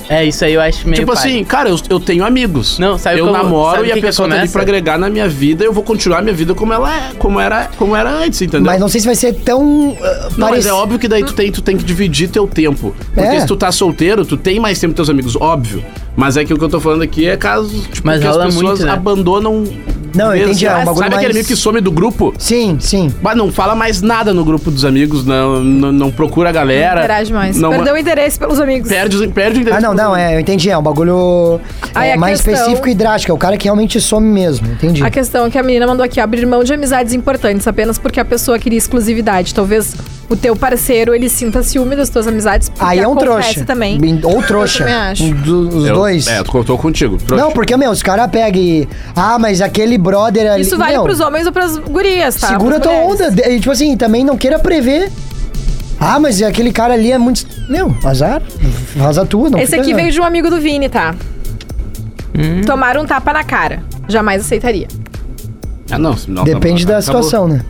[SPEAKER 4] É, isso aí eu acho meio
[SPEAKER 1] Tipo
[SPEAKER 4] pai.
[SPEAKER 1] assim, cara, eu, eu tenho amigos.
[SPEAKER 4] Não, sabe
[SPEAKER 1] eu
[SPEAKER 4] como-
[SPEAKER 1] namoro
[SPEAKER 4] sabe
[SPEAKER 1] e
[SPEAKER 4] que
[SPEAKER 1] a
[SPEAKER 4] que
[SPEAKER 1] pessoa tá ali
[SPEAKER 4] começa?
[SPEAKER 1] pra agregar na minha vida, eu vou continuar a minha vida como ela é, como era, como era antes, entendeu?
[SPEAKER 3] Mas não sei se vai ser tão. Uh,
[SPEAKER 1] Não, mas
[SPEAKER 3] parec-
[SPEAKER 1] é óbvio que daí tu tem, tu tem que dividir teu tempo. Porque
[SPEAKER 3] É.
[SPEAKER 1] se tu tá solteiro, tu tem mais tempo com teus amigos, óbvio. Mas é que o que eu tô falando aqui é caso tipo,
[SPEAKER 4] Mas
[SPEAKER 1] que as
[SPEAKER 4] rola
[SPEAKER 1] pessoas
[SPEAKER 4] muito, né?
[SPEAKER 1] abandonam.
[SPEAKER 3] Não, eu
[SPEAKER 1] mesmo.
[SPEAKER 3] entendi, é um bagulho
[SPEAKER 1] Sabe aquele
[SPEAKER 3] mais-
[SPEAKER 1] amigo que some do grupo?
[SPEAKER 3] Sim, sim.
[SPEAKER 1] Mas não fala mais nada no grupo dos amigos, não, não, não procura a galera.
[SPEAKER 2] Interage mais.
[SPEAKER 1] Não, é-
[SPEAKER 2] Perdeu o interesse pelos amigos.
[SPEAKER 1] perde, os- perde o interesse.
[SPEAKER 3] Ah, não, não, é, eu entendi. É um bagulho
[SPEAKER 2] Aí
[SPEAKER 3] é,
[SPEAKER 2] a
[SPEAKER 3] mais
[SPEAKER 2] questão-
[SPEAKER 3] específico e drástico. É o cara que realmente some mesmo, entendi.
[SPEAKER 2] A questão é que a menina mandou aqui, ó, abrir mão de amizades importantes apenas porque a pessoa queria exclusividade. Talvez o teu parceiro ele sinta ciúme das tuas amizades. porque
[SPEAKER 3] Aí é um
[SPEAKER 2] acontece
[SPEAKER 3] trouxa.
[SPEAKER 2] também.
[SPEAKER 3] Bem- Ou trouxa.
[SPEAKER 2] também acho.
[SPEAKER 3] Um do- os
[SPEAKER 1] Eu-
[SPEAKER 3] dois.
[SPEAKER 1] É, eu tô contigo.
[SPEAKER 3] não, porque, meu, os caras pegam e. Ah, mas aquele brother ali.
[SPEAKER 2] Isso vale
[SPEAKER 3] meu,
[SPEAKER 2] pros homens ou pras gurias, tá?
[SPEAKER 3] Segura
[SPEAKER 2] Pras
[SPEAKER 3] tua
[SPEAKER 2] mulheres.
[SPEAKER 3] onda. de- e, tipo assim, também não queira prever. Ah, mas aquele cara ali é muito. Meu, azar. Vaza tua, não
[SPEAKER 2] Esse
[SPEAKER 3] fica-
[SPEAKER 2] aqui veio de um amigo do Vini, tá?
[SPEAKER 1] Hum?
[SPEAKER 2] Tomar um tapa na cara. Jamais aceitaria.
[SPEAKER 1] Ah, não, não, tá
[SPEAKER 3] Depende
[SPEAKER 1] bom,
[SPEAKER 3] da
[SPEAKER 1] acabou.
[SPEAKER 3] situação, né?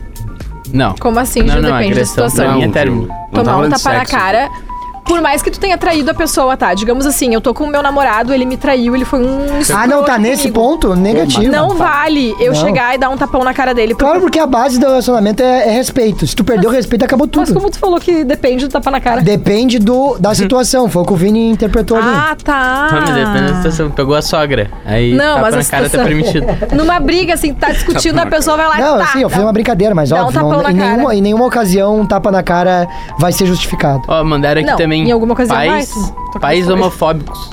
[SPEAKER 4] Não.
[SPEAKER 2] Como assim,
[SPEAKER 4] Não,
[SPEAKER 2] já
[SPEAKER 4] não,
[SPEAKER 2] depende da
[SPEAKER 4] agressão pra
[SPEAKER 2] situação.
[SPEAKER 4] mim é
[SPEAKER 1] Não, não
[SPEAKER 4] término.
[SPEAKER 1] tá
[SPEAKER 2] Tomar um
[SPEAKER 1] falando de
[SPEAKER 2] tapa na
[SPEAKER 1] sexo.
[SPEAKER 2] cara. Por mais que tu tenha traído a pessoa, tá? Digamos assim, eu tô com o meu namorado, ele me traiu, ele foi um.
[SPEAKER 3] Ah, não, tá
[SPEAKER 2] escroto
[SPEAKER 3] nesse
[SPEAKER 2] comigo.
[SPEAKER 3] ponto? Negativo.
[SPEAKER 2] Não vale eu
[SPEAKER 3] Não.
[SPEAKER 2] chegar e dar um tapão na cara dele. porque-
[SPEAKER 3] Claro, porque a base do relacionamento é, é respeito. Se tu perdeu o respeito, acabou
[SPEAKER 2] Mas
[SPEAKER 3] tudo.
[SPEAKER 2] como é? tu falou que depende do tapa na cara?
[SPEAKER 3] Depende do,
[SPEAKER 1] Uhum.
[SPEAKER 3] da situação. Foi o que o Vini interpretou ali.
[SPEAKER 2] Ah, tá.
[SPEAKER 4] Ah, mas depende da situação. Pegou a sogra. Aí
[SPEAKER 2] Não,
[SPEAKER 4] tapa
[SPEAKER 2] mas
[SPEAKER 4] na
[SPEAKER 2] a
[SPEAKER 4] cara tá
[SPEAKER 2] situação-
[SPEAKER 4] permitido.
[SPEAKER 2] Numa briga, assim, tá discutindo, a pessoa vai lá e
[SPEAKER 3] Não,
[SPEAKER 2] tá,
[SPEAKER 3] assim, eu
[SPEAKER 2] tá.
[SPEAKER 3] fiz uma brincadeira, mas
[SPEAKER 2] Dá um
[SPEAKER 3] óbvio,
[SPEAKER 2] tapão
[SPEAKER 3] não,
[SPEAKER 2] na
[SPEAKER 3] em,
[SPEAKER 2] cara.
[SPEAKER 3] nenhuma, em nenhuma ocasião um tapa na cara vai ser justificado.
[SPEAKER 4] Ó, mandaram aqui
[SPEAKER 2] Não,
[SPEAKER 4] também.
[SPEAKER 2] em alguma ocasião vai,
[SPEAKER 4] pais,
[SPEAKER 2] sim. Tô com
[SPEAKER 4] pais
[SPEAKER 2] isso.
[SPEAKER 4] homofóbicos.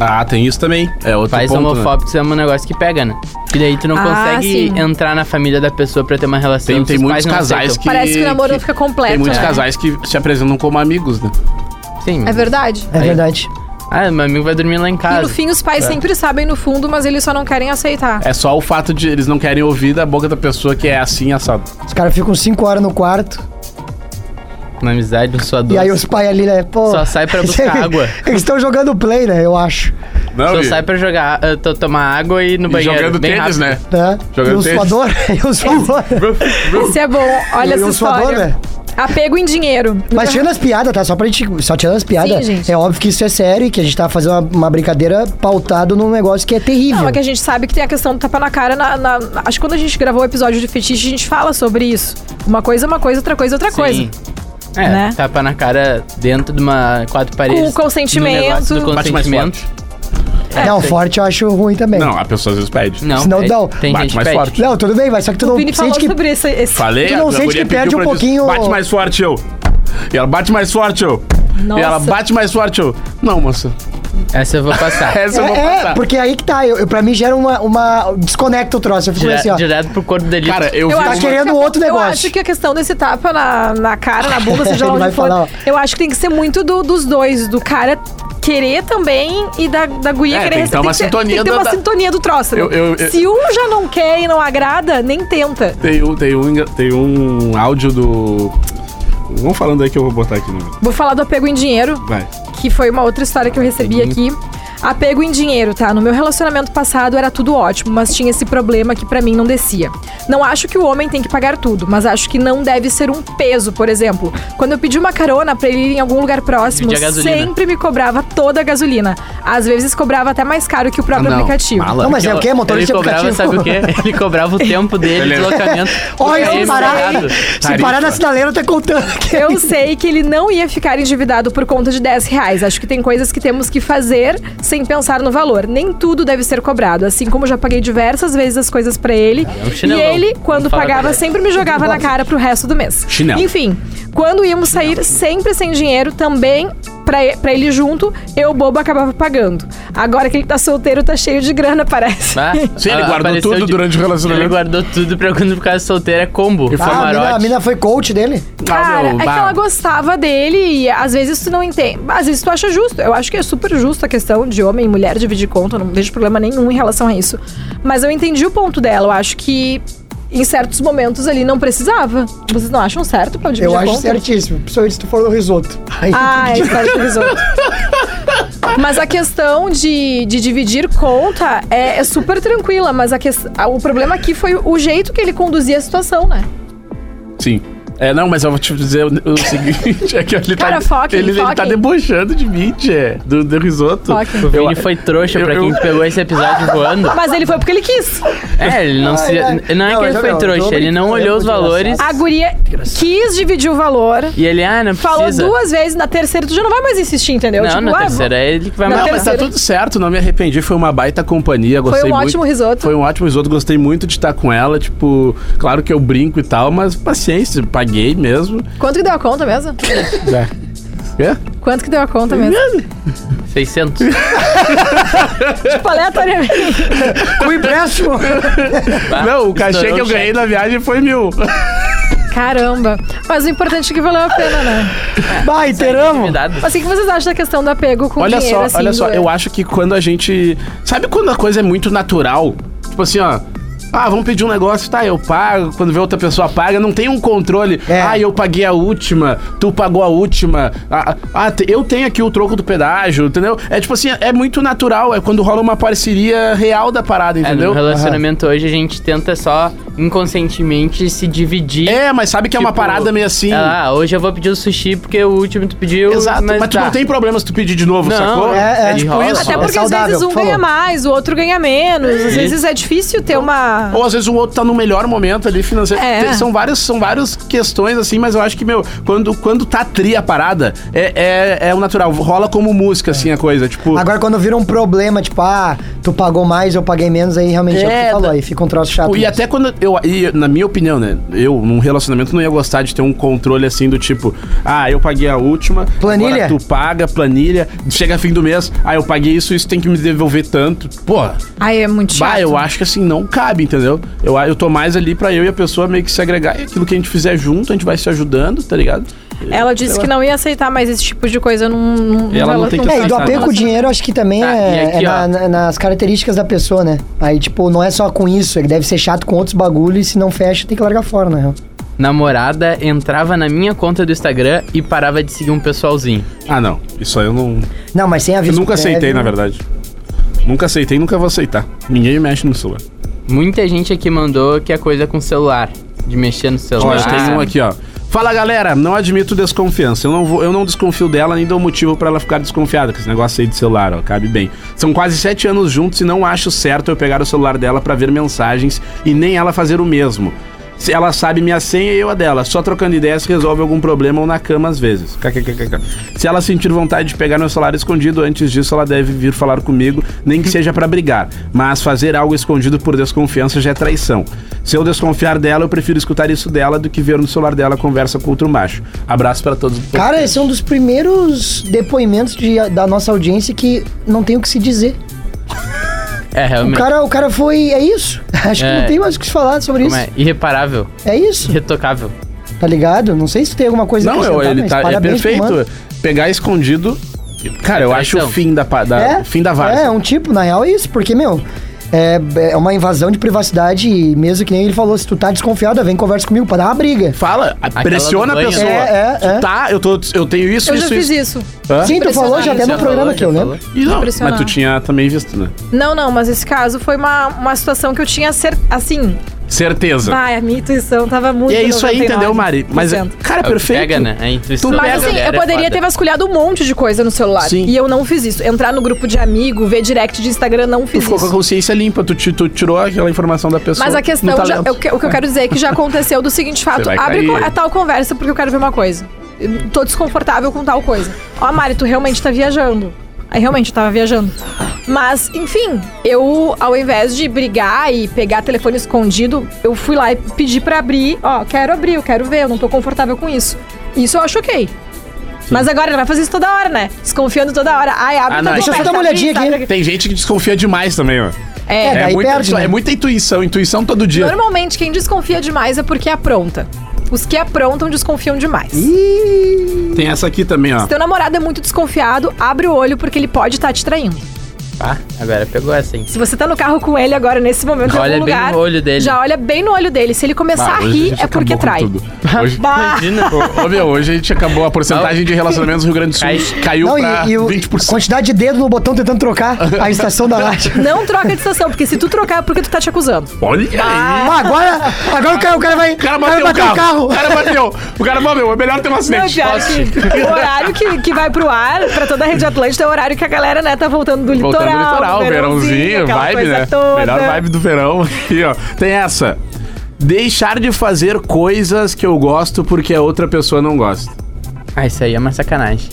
[SPEAKER 1] Ah, tem isso também. É outro
[SPEAKER 4] Pais
[SPEAKER 1] ponto, né?
[SPEAKER 4] homofóbicos é um negócio que pega, né? Que daí tu não
[SPEAKER 2] Ah,
[SPEAKER 4] consegue
[SPEAKER 2] sim.
[SPEAKER 4] entrar na família da pessoa pra ter uma relação.
[SPEAKER 1] Tem,
[SPEAKER 4] se
[SPEAKER 1] tem
[SPEAKER 4] os
[SPEAKER 1] muitos
[SPEAKER 4] pais não
[SPEAKER 1] casais
[SPEAKER 4] aceitam.
[SPEAKER 1] que.
[SPEAKER 2] Parece que o namoro não fica completo,
[SPEAKER 1] Tem muitos
[SPEAKER 2] né?
[SPEAKER 1] casais que se apresentam como amigos, né?
[SPEAKER 4] Sim.
[SPEAKER 2] É verdade.
[SPEAKER 3] É
[SPEAKER 4] Aí.
[SPEAKER 3] verdade.
[SPEAKER 4] Ah, meu amigo vai dormir lá em
[SPEAKER 2] E no
[SPEAKER 4] casa.
[SPEAKER 2] fim, os pais sempre sabem no fundo, mas eles só não querem aceitar.
[SPEAKER 1] É só o fato de eles não querem ouvir da boca da pessoa que é assim assado.
[SPEAKER 3] Os caras ficam 5 horas no quarto
[SPEAKER 4] Na amizade, um suador.
[SPEAKER 3] e aí os pais ali, né? Pô,
[SPEAKER 4] Só sai pra buscar água.
[SPEAKER 3] Eles estão jogando play, né? Eu acho.
[SPEAKER 1] Não,
[SPEAKER 4] Só sai pra jogar, eh, to- tomar água e ir no
[SPEAKER 1] e
[SPEAKER 4] banheiro.
[SPEAKER 1] jogando
[SPEAKER 4] bem
[SPEAKER 1] tênis,
[SPEAKER 4] rápido.
[SPEAKER 1] né?
[SPEAKER 3] Né?
[SPEAKER 1] Jogando
[SPEAKER 3] e o
[SPEAKER 1] tênis.
[SPEAKER 3] suador. e o suador.
[SPEAKER 2] Isso é bom. Olha
[SPEAKER 3] E
[SPEAKER 2] essa
[SPEAKER 3] o suador,
[SPEAKER 2] história.
[SPEAKER 3] né?
[SPEAKER 2] Apego em dinheiro. Então,
[SPEAKER 3] Mas tirando as piadas, tá? Só pra gente. Só tirando as piadas.
[SPEAKER 2] Sim, gente.
[SPEAKER 3] É óbvio que isso é sério e que a gente tá fazendo uma, uma brincadeira pautado num negócio que é terrível.
[SPEAKER 2] Não, é que a gente sabe que tem a questão do tapa na cara. na- na- na- acho que quando a gente gravou o episódio de fetiche, a gente fala sobre isso. Uma coisa é uma coisa, outra coisa é outra coisa.
[SPEAKER 4] Sim. É,
[SPEAKER 2] Né?
[SPEAKER 4] tapa na cara dentro de uma quatro paredes.
[SPEAKER 2] Com consentimento.
[SPEAKER 4] No negócio do
[SPEAKER 1] Bate mais
[SPEAKER 4] consentimento.
[SPEAKER 3] não,
[SPEAKER 4] sei.
[SPEAKER 3] forte eu acho ruim também.
[SPEAKER 1] Não, a pessoa às vezes pede.
[SPEAKER 4] É. Não,
[SPEAKER 3] Senão
[SPEAKER 4] tem-
[SPEAKER 3] dá o-
[SPEAKER 4] tem
[SPEAKER 1] Bate
[SPEAKER 4] gente que
[SPEAKER 1] mais
[SPEAKER 4] pede.
[SPEAKER 1] forte.
[SPEAKER 3] Não, tudo bem, mas só que tu
[SPEAKER 2] O
[SPEAKER 3] não
[SPEAKER 2] Vini falou
[SPEAKER 3] sente que.
[SPEAKER 2] sobre esse. esse-
[SPEAKER 1] Falei,
[SPEAKER 3] Tu não
[SPEAKER 1] a
[SPEAKER 3] sente
[SPEAKER 1] guria
[SPEAKER 3] que perde
[SPEAKER 1] pediu
[SPEAKER 3] um
[SPEAKER 1] pra eu dizer,
[SPEAKER 3] pouquinho-
[SPEAKER 1] Bate mais forte, eu. E ela bate mais forte, eu.
[SPEAKER 2] Nossa.
[SPEAKER 1] E ela bate mais forte, eu. Não, moça.
[SPEAKER 4] Essa eu vou passar.
[SPEAKER 1] Essa eu vou
[SPEAKER 3] É,
[SPEAKER 1] passar.
[SPEAKER 3] é, porque aí que tá. Eu, eu- pra mim gera uma, uma. Desconecta o troço. Eu fico
[SPEAKER 4] Dire-
[SPEAKER 3] assim, ó.
[SPEAKER 4] direto pro corpo dele.
[SPEAKER 1] Cara, eu,
[SPEAKER 2] Eu
[SPEAKER 1] vi um
[SPEAKER 2] acho
[SPEAKER 1] uma-
[SPEAKER 2] que- é
[SPEAKER 3] querendo outro
[SPEAKER 2] Eu
[SPEAKER 3] negócio.
[SPEAKER 2] acho que a questão desse tapa na, na cara, na bunda, seja
[SPEAKER 3] Ele
[SPEAKER 2] lá onde
[SPEAKER 3] vai
[SPEAKER 2] for,
[SPEAKER 3] falar, ó.
[SPEAKER 2] eu acho que tem que ser muito do- dos dois, do cara querer também e da, da guria
[SPEAKER 1] É,
[SPEAKER 2] querer
[SPEAKER 1] tem que ter uma
[SPEAKER 2] ser-
[SPEAKER 1] sintonia
[SPEAKER 2] tem que ter
[SPEAKER 1] da-
[SPEAKER 2] uma
[SPEAKER 1] da-
[SPEAKER 2] sintonia do troço. né?
[SPEAKER 1] Eu- eu- eu-
[SPEAKER 2] Se um já não quer e não agrada, nem tenta.
[SPEAKER 1] Tem um, tem, um, engra- tem um áudio do. Vamos falando aí que eu vou botar aqui no.
[SPEAKER 2] Vou falar do apego em dinheiro.
[SPEAKER 1] Vai.
[SPEAKER 2] que foi uma outra história que eu recebi aqui. Apego em dinheiro, tá? No meu relacionamento passado era tudo ótimo, mas tinha esse problema que pra mim não descia. Não acho que o homem tem que pagar tudo, mas acho que não deve ser um peso, por exemplo. Quando eu pedi uma carona pra ele ir em algum lugar próximo,
[SPEAKER 4] Dividir a gasolina.
[SPEAKER 2] sempre me cobrava toda a gasolina. Às vezes cobrava até mais caro que o próprio
[SPEAKER 1] Ah, não.
[SPEAKER 2] aplicativo.
[SPEAKER 1] Mala.
[SPEAKER 3] Não, mas é o quê? Motor
[SPEAKER 4] Ele
[SPEAKER 3] de
[SPEAKER 4] cobrava,
[SPEAKER 3] aplicativo?
[SPEAKER 4] sabe o quê? Ele cobrava o tempo dele, o
[SPEAKER 1] Beleza.
[SPEAKER 4] deslocamento.
[SPEAKER 3] Olha,
[SPEAKER 4] Ele
[SPEAKER 3] se parar,
[SPEAKER 4] parado.
[SPEAKER 3] se parar na sinaleira, tá contando. aqui.
[SPEAKER 2] Eu sei que ele não ia ficar endividado por conta de 10 reais. Acho que tem coisas que temos que fazer sem pensar no valor. Nem tudo deve ser cobrado. Assim como eu já paguei diversas vezes as coisas pra ele.
[SPEAKER 4] um
[SPEAKER 2] e
[SPEAKER 4] chinelão.
[SPEAKER 2] ele, quando
[SPEAKER 4] Vamos falar a
[SPEAKER 2] pagava,
[SPEAKER 4] verdade.
[SPEAKER 2] sempre me jogava na cara pro resto do mês.
[SPEAKER 1] Chinelo.
[SPEAKER 2] Enfim, quando íamos sair sempre sem dinheiro, também pra, e- pra ele junto, eu bobo acabava pagando. Agora que ele tá solteiro, tá cheio de grana, parece.
[SPEAKER 4] Bah,
[SPEAKER 1] Sim, ele
[SPEAKER 4] ah,
[SPEAKER 1] guardou
[SPEAKER 4] apareceu
[SPEAKER 1] tudo durante o relacionamento.
[SPEAKER 4] Ele guardou tudo pra quando ficar solteiro é combo.
[SPEAKER 1] E foi
[SPEAKER 3] Ah, a mina, a
[SPEAKER 4] Camarote.
[SPEAKER 3] mina foi coach dele.
[SPEAKER 1] Ah,
[SPEAKER 2] Cara,
[SPEAKER 1] meu,
[SPEAKER 2] é que
[SPEAKER 1] bah.
[SPEAKER 2] ela gostava dele e às vezes tu não entende. Às vezes tu acha justo. Eu acho que é super justo a questão de homem e mulher dividir conta. Eu não vejo problema nenhum em relação a isso. Mas eu entendi o ponto dela. Eu acho que em certos momentos ali não precisava. Vocês não acham certo pra dividir
[SPEAKER 3] Eu acho
[SPEAKER 2] conta?
[SPEAKER 3] certíssimo. Principalmente se tu for no risoto. Aí
[SPEAKER 2] Tipo Ah, é história de risoto. Mas a questão de, de dividir conta é, é super tranquila, mas a que, o problema aqui foi o jeito que ele conduzia a situação, né?
[SPEAKER 1] Sim. É, não, mas eu vou te dizer o, o seguinte: é que ele
[SPEAKER 2] Cara,
[SPEAKER 1] tá.
[SPEAKER 2] foquem,
[SPEAKER 1] ele, ele tá
[SPEAKER 2] foquem.
[SPEAKER 1] debochando de mim, Tchê, do, do risoto.
[SPEAKER 2] Foquem.
[SPEAKER 4] O Vini
[SPEAKER 1] Eu-
[SPEAKER 4] foi trouxa pra
[SPEAKER 1] eu-
[SPEAKER 4] quem
[SPEAKER 1] eu-
[SPEAKER 4] pegou esse episódio voando.
[SPEAKER 2] Mas ele foi porque ele quis.
[SPEAKER 4] É, ele não se.
[SPEAKER 3] Ai, ai.
[SPEAKER 4] Não é
[SPEAKER 3] Não,
[SPEAKER 4] que ele
[SPEAKER 3] mas
[SPEAKER 4] foi
[SPEAKER 3] não, tô
[SPEAKER 4] trouxa, ele não
[SPEAKER 3] brincando,
[SPEAKER 4] olhou os
[SPEAKER 3] é muito
[SPEAKER 4] valores
[SPEAKER 2] A guria quis dividir o valor.
[SPEAKER 4] e ele, ah, não precisa.
[SPEAKER 2] Falou duas vezes, na terceira tu já não vai mais insistir, entendeu?
[SPEAKER 4] Não,
[SPEAKER 2] Tipo,
[SPEAKER 4] na
[SPEAKER 2] ah,
[SPEAKER 4] terceira é ele que vai
[SPEAKER 2] na
[SPEAKER 1] Não,
[SPEAKER 4] matar.
[SPEAKER 1] mas tá
[SPEAKER 2] terceira-
[SPEAKER 1] tudo certo, não me arrependi. Foi uma baita companhia, gostei
[SPEAKER 2] um
[SPEAKER 1] muito.
[SPEAKER 2] ótimo risoto.
[SPEAKER 1] Foi um ótimo risoto, gostei muito de estar com ela. Tipo, claro que eu brinco e tal, mas paciência, paguei mesmo.
[SPEAKER 2] Quanto que deu a conta mesmo?
[SPEAKER 1] É?
[SPEAKER 2] Quanto que deu a conta mesmo?
[SPEAKER 4] 600.
[SPEAKER 2] tipo, aleatoriamente.
[SPEAKER 3] O empréstimo.
[SPEAKER 1] Não, o cachê
[SPEAKER 4] Ah, estourou
[SPEAKER 1] que eu
[SPEAKER 4] o
[SPEAKER 1] ganhei na viagem foi mil.
[SPEAKER 2] Caramba. Mas o importante é que valeu a pena, né?
[SPEAKER 3] Vai, inteiramos.
[SPEAKER 4] Cuidado.
[SPEAKER 2] Mas o que vocês acham da questão do apego com
[SPEAKER 1] Olha
[SPEAKER 2] dinheiro,
[SPEAKER 1] só,
[SPEAKER 2] assim,
[SPEAKER 1] olha só,
[SPEAKER 2] do-
[SPEAKER 1] eu acho que quando a gente. Sabe quando a coisa é muito natural? Tipo assim, ó. Ah, vamos pedir um negócio, tá, eu pago. Quando vê outra pessoa paga, não tem um controle.
[SPEAKER 3] É.
[SPEAKER 1] Ah, eu paguei a última, tu pagou a última. Ah, ah, te- eu tenho aqui o troco do pedágio, entendeu? É tipo assim, é muito natural. É quando rola uma parceria real da parada,
[SPEAKER 4] É, no
[SPEAKER 1] entendeu?
[SPEAKER 4] relacionamento hoje a gente tenta só inconscientemente se dividir.
[SPEAKER 1] É, mas sabe que é uma
[SPEAKER 4] Tipo,
[SPEAKER 1] parada meio assim.
[SPEAKER 4] Ah, hoje eu vou pedir o sushi porque o último tu pediu.
[SPEAKER 1] Exato, mas, tu
[SPEAKER 4] tá.
[SPEAKER 1] não tem problema se tu pedir de novo,
[SPEAKER 4] Não,
[SPEAKER 1] sacou?
[SPEAKER 3] é, é.
[SPEAKER 1] tipo
[SPEAKER 4] Rola,
[SPEAKER 1] isso.
[SPEAKER 2] Até
[SPEAKER 3] É
[SPEAKER 2] porque às
[SPEAKER 3] saudável,
[SPEAKER 2] vezes um
[SPEAKER 3] falou.
[SPEAKER 2] ganha mais, o outro ganha menos. Às vezes é difícil ter uma.
[SPEAKER 1] Ou às vezes o outro tá no melhor momento ali financeiro.
[SPEAKER 2] É.
[SPEAKER 1] Tem- São, várias, são várias questões, assim, mas eu acho que, meu, quando, quando tá tri a parada, é, é, é o natural. Rola como música, assim, a coisa. Tipo.
[SPEAKER 3] Agora, quando vira um problema, tipo, ah, tu pagou mais, eu paguei menos, aí realmente é, o que
[SPEAKER 1] É,
[SPEAKER 3] tu falou, aí fica um troço chato.
[SPEAKER 2] é
[SPEAKER 1] E até quando eu, e na minha opinião, né? Eu, num relacionamento, não ia gostar de ter um controle assim do tipo, ah, eu paguei a última.
[SPEAKER 3] Planilha?
[SPEAKER 1] agora tu paga, planilha. Chega fim do mês, ah, eu paguei isso, isso tem que me devolver tanto. Pô,
[SPEAKER 2] Ai, é muito chato.
[SPEAKER 1] Bah, eu acho que assim, não cabe, entendeu? Eu, eu tô mais ali pra eu e a pessoa meio que se agregar. E aquilo que a gente fizer junto, a gente vai se ajudando, tá ligado?
[SPEAKER 2] Ela disse que não ia aceitar mais esse tipo de coisa num. num
[SPEAKER 1] E ela não
[SPEAKER 2] num-
[SPEAKER 1] tem que
[SPEAKER 2] num-
[SPEAKER 3] É, e do
[SPEAKER 1] Exato.
[SPEAKER 3] apego com o dinheiro, acho que também
[SPEAKER 4] Tá,
[SPEAKER 3] é,
[SPEAKER 4] e aqui,
[SPEAKER 3] é na-
[SPEAKER 4] ó.
[SPEAKER 3] na- nas características da pessoa, né? Aí, tipo, não é só com isso, ele deve ser chato com outros bagulhos e se não fecha, tem que largar fora, né? na real.
[SPEAKER 4] Namorada entrava na minha conta do Instagram e parava de seguir um pessoalzinho.
[SPEAKER 1] Ah, não. Isso aí eu não.
[SPEAKER 3] Não, mas sem
[SPEAKER 1] Eu
[SPEAKER 3] aviso.
[SPEAKER 1] nunca
[SPEAKER 3] prévio,
[SPEAKER 1] aceitei,
[SPEAKER 3] né?
[SPEAKER 1] na verdade. Nunca aceitei e nunca vou aceitar. Ninguém mexe no celular.
[SPEAKER 4] Muita gente aqui mandou que a coisa é com celular. De mexer no celular.
[SPEAKER 1] Olha, tem um aqui, ó. Fala galera, não admito desconfiança. Eu não, vou, eu não desconfio dela, nem dou motivo pra ela ficar desconfiada com esse negócio aí de celular, ó. Cabe bem. São quase sete anos juntos e não acho certo eu pegar o celular dela pra ver mensagens e nem ela fazer o mesmo. Se ela sabe minha senha e eu a dela, só trocando ideias resolve algum problema ou na cama às vezes. KKKK. Se ela sentir vontade de pegar meu celular escondido antes disso, ela deve vir falar comigo, nem que seja pra brigar. Mas fazer algo escondido por desconfiança já é traição. Se eu desconfiar dela, eu prefiro escutar isso dela do que ver no celular dela a conversa com outro macho. Abraço pra todos.
[SPEAKER 3] Cara, esse é um dos primeiros depoimentos de- da nossa audiência que não tem o que se dizer.
[SPEAKER 4] É,
[SPEAKER 3] O
[SPEAKER 4] realmente.
[SPEAKER 3] cara, o cara foi. É isso. Acho que
[SPEAKER 4] É.
[SPEAKER 3] não tem mais o que se falar sobre
[SPEAKER 4] Como
[SPEAKER 3] isso.
[SPEAKER 4] é?
[SPEAKER 3] É?
[SPEAKER 4] Irreparável,
[SPEAKER 3] isso,
[SPEAKER 4] irretocável.
[SPEAKER 3] tá ligado? Não sei se tem alguma coisa a
[SPEAKER 1] Não, eu,
[SPEAKER 3] acrescentar,
[SPEAKER 1] ele
[SPEAKER 3] mas
[SPEAKER 1] tá é
[SPEAKER 3] parabéns pro
[SPEAKER 1] perfeito.
[SPEAKER 3] mano.
[SPEAKER 1] Pegar escondido. Cara, eu acho o
[SPEAKER 4] É Traição.
[SPEAKER 1] fim da pa- da
[SPEAKER 3] É,
[SPEAKER 1] o fim da
[SPEAKER 3] É, é
[SPEAKER 1] várzea.
[SPEAKER 3] um tipo, na real é isso, porque, meu, é, é uma invasão de privacidade e mesmo que nem ele falou, se tu tá desconfiada, vem conversa comigo pra dar uma briga.
[SPEAKER 1] Fala, pressiona a
[SPEAKER 4] do banho,
[SPEAKER 1] pessoa.
[SPEAKER 3] né? É, é, é.
[SPEAKER 1] Tá, eu, tô, eu tenho isso,
[SPEAKER 2] Eu já
[SPEAKER 1] isso,
[SPEAKER 2] fiz
[SPEAKER 1] isso.
[SPEAKER 2] isso.
[SPEAKER 1] Hã?
[SPEAKER 3] Sim, tu falou já até no
[SPEAKER 4] Já
[SPEAKER 3] programa
[SPEAKER 4] falou,
[SPEAKER 3] né? que eu
[SPEAKER 4] já
[SPEAKER 3] lembro.
[SPEAKER 4] falou.
[SPEAKER 1] E não, mas
[SPEAKER 2] Impressionante.
[SPEAKER 1] tu tinha também visto, né?
[SPEAKER 2] Não, não, mas esse caso foi uma, uma situação que eu tinha cer assim.
[SPEAKER 1] Certeza.
[SPEAKER 2] Ai, a minha intuição tava muito.
[SPEAKER 1] e é isso aí,
[SPEAKER 2] 99%.
[SPEAKER 1] entendeu, Mari? Mas, cara, é
[SPEAKER 4] É o que
[SPEAKER 1] perfeito.
[SPEAKER 4] Pega, né? A intuição.
[SPEAKER 1] Tu
[SPEAKER 4] da
[SPEAKER 2] Mas
[SPEAKER 1] pega,
[SPEAKER 2] assim,
[SPEAKER 4] galera
[SPEAKER 2] eu
[SPEAKER 4] é
[SPEAKER 2] poderia
[SPEAKER 4] foda.
[SPEAKER 2] ter vasculhado um monte de coisa no celular.
[SPEAKER 1] Sim.
[SPEAKER 2] E eu não fiz isso. Entrar no grupo de amigo, ver direct de Instagram, não
[SPEAKER 1] Tu
[SPEAKER 2] fiz
[SPEAKER 1] ficou com a
[SPEAKER 2] isso.
[SPEAKER 1] consciência limpa, tu, ti- tu tirou aquela informação da pessoa.
[SPEAKER 2] Mas a questão,
[SPEAKER 1] no
[SPEAKER 2] já-
[SPEAKER 1] talento.
[SPEAKER 2] eu que- o que eu quero dizer é que já aconteceu do seguinte fato:
[SPEAKER 1] vai
[SPEAKER 2] abre
[SPEAKER 1] cair.
[SPEAKER 2] co- a tal conversa porque eu quero ver uma coisa. Eu tô desconfortável com tal coisa. Ó, Mari, tu realmente tá viajando. Aí realmente eu tava viajando. Mas, enfim, eu, ao invés de brigar e pegar telefone escondido, eu fui lá e pedi pra abrir. Ó, quero abrir, eu quero ver, eu não tô confortável com isso. Isso eu acho ok. Mas agora ele vai fazer isso toda hora, né? Desconfiando toda hora. Ai, abre
[SPEAKER 1] Ah,
[SPEAKER 2] ah,
[SPEAKER 1] não, deixa eu
[SPEAKER 4] Tá
[SPEAKER 3] só dar uma olhadinha aqui.
[SPEAKER 4] é
[SPEAKER 1] Tem gente que desconfia demais também, ó.
[SPEAKER 2] É,
[SPEAKER 3] É,
[SPEAKER 1] É,
[SPEAKER 3] Aí
[SPEAKER 1] muita,
[SPEAKER 3] perde, né?
[SPEAKER 1] é muita intuição, intuição todo dia.
[SPEAKER 2] Normalmente, quem desconfia demais é porque apronta. Os que aprontam desconfiam demais.
[SPEAKER 1] Tem essa aqui também, ó.
[SPEAKER 2] Se teu namorado é muito desconfiado, abre o olho porque ele pode estar tá te traindo.
[SPEAKER 4] Ah, agora pegou essa, hein?
[SPEAKER 2] Se você tá no carro com ele agora, nesse momento, em
[SPEAKER 4] Olha
[SPEAKER 2] algum
[SPEAKER 4] bem
[SPEAKER 2] lugar,
[SPEAKER 4] no olho dele.
[SPEAKER 2] já olha bem no olho dele. Se ele
[SPEAKER 1] Ah,
[SPEAKER 2] começar a
[SPEAKER 1] hoje
[SPEAKER 2] rir,
[SPEAKER 1] gente
[SPEAKER 2] é porque
[SPEAKER 1] acabou com
[SPEAKER 2] trai. Ah,
[SPEAKER 1] tudo. Hoje,
[SPEAKER 2] Bah.
[SPEAKER 4] Imagina.
[SPEAKER 1] Ô, ô, meu, hoje a gente acabou a porcentagem de relacionamentos no Rio Grande do Sul.
[SPEAKER 4] Cai.
[SPEAKER 1] Caiu
[SPEAKER 3] Não,
[SPEAKER 1] pra
[SPEAKER 3] e, e o,
[SPEAKER 1] 20%.
[SPEAKER 3] quantidade de dedo no botão tentando trocar a estação da rádio.
[SPEAKER 2] Não troca de estação, porque se tu trocar é porque tu tá te acusando.
[SPEAKER 1] Olha aí.
[SPEAKER 3] Ah, agora, agora o cara, o cara vai.
[SPEAKER 1] O cara bateu o
[SPEAKER 3] vai
[SPEAKER 1] carro.
[SPEAKER 3] bater o
[SPEAKER 1] O cara bateu. O cara bateu. É melhor ter um
[SPEAKER 2] Não,
[SPEAKER 1] acidente.
[SPEAKER 2] Diário, que- o horário que, que vai pro ar, pra toda a Rede Atlântica, é o horário que a galera, né, tá voltando do
[SPEAKER 1] Voltando
[SPEAKER 2] litoral.
[SPEAKER 1] no litoral,
[SPEAKER 2] do
[SPEAKER 1] verãozinho,
[SPEAKER 2] aquela
[SPEAKER 1] vibe,
[SPEAKER 2] coisa
[SPEAKER 1] né?
[SPEAKER 2] toda.
[SPEAKER 1] Melhor vibe do verão. Aqui, ó. Tem essa. Deixar de fazer coisas que eu gosto porque a outra pessoa não gosta.
[SPEAKER 4] Ah, isso aí é uma sacanagem.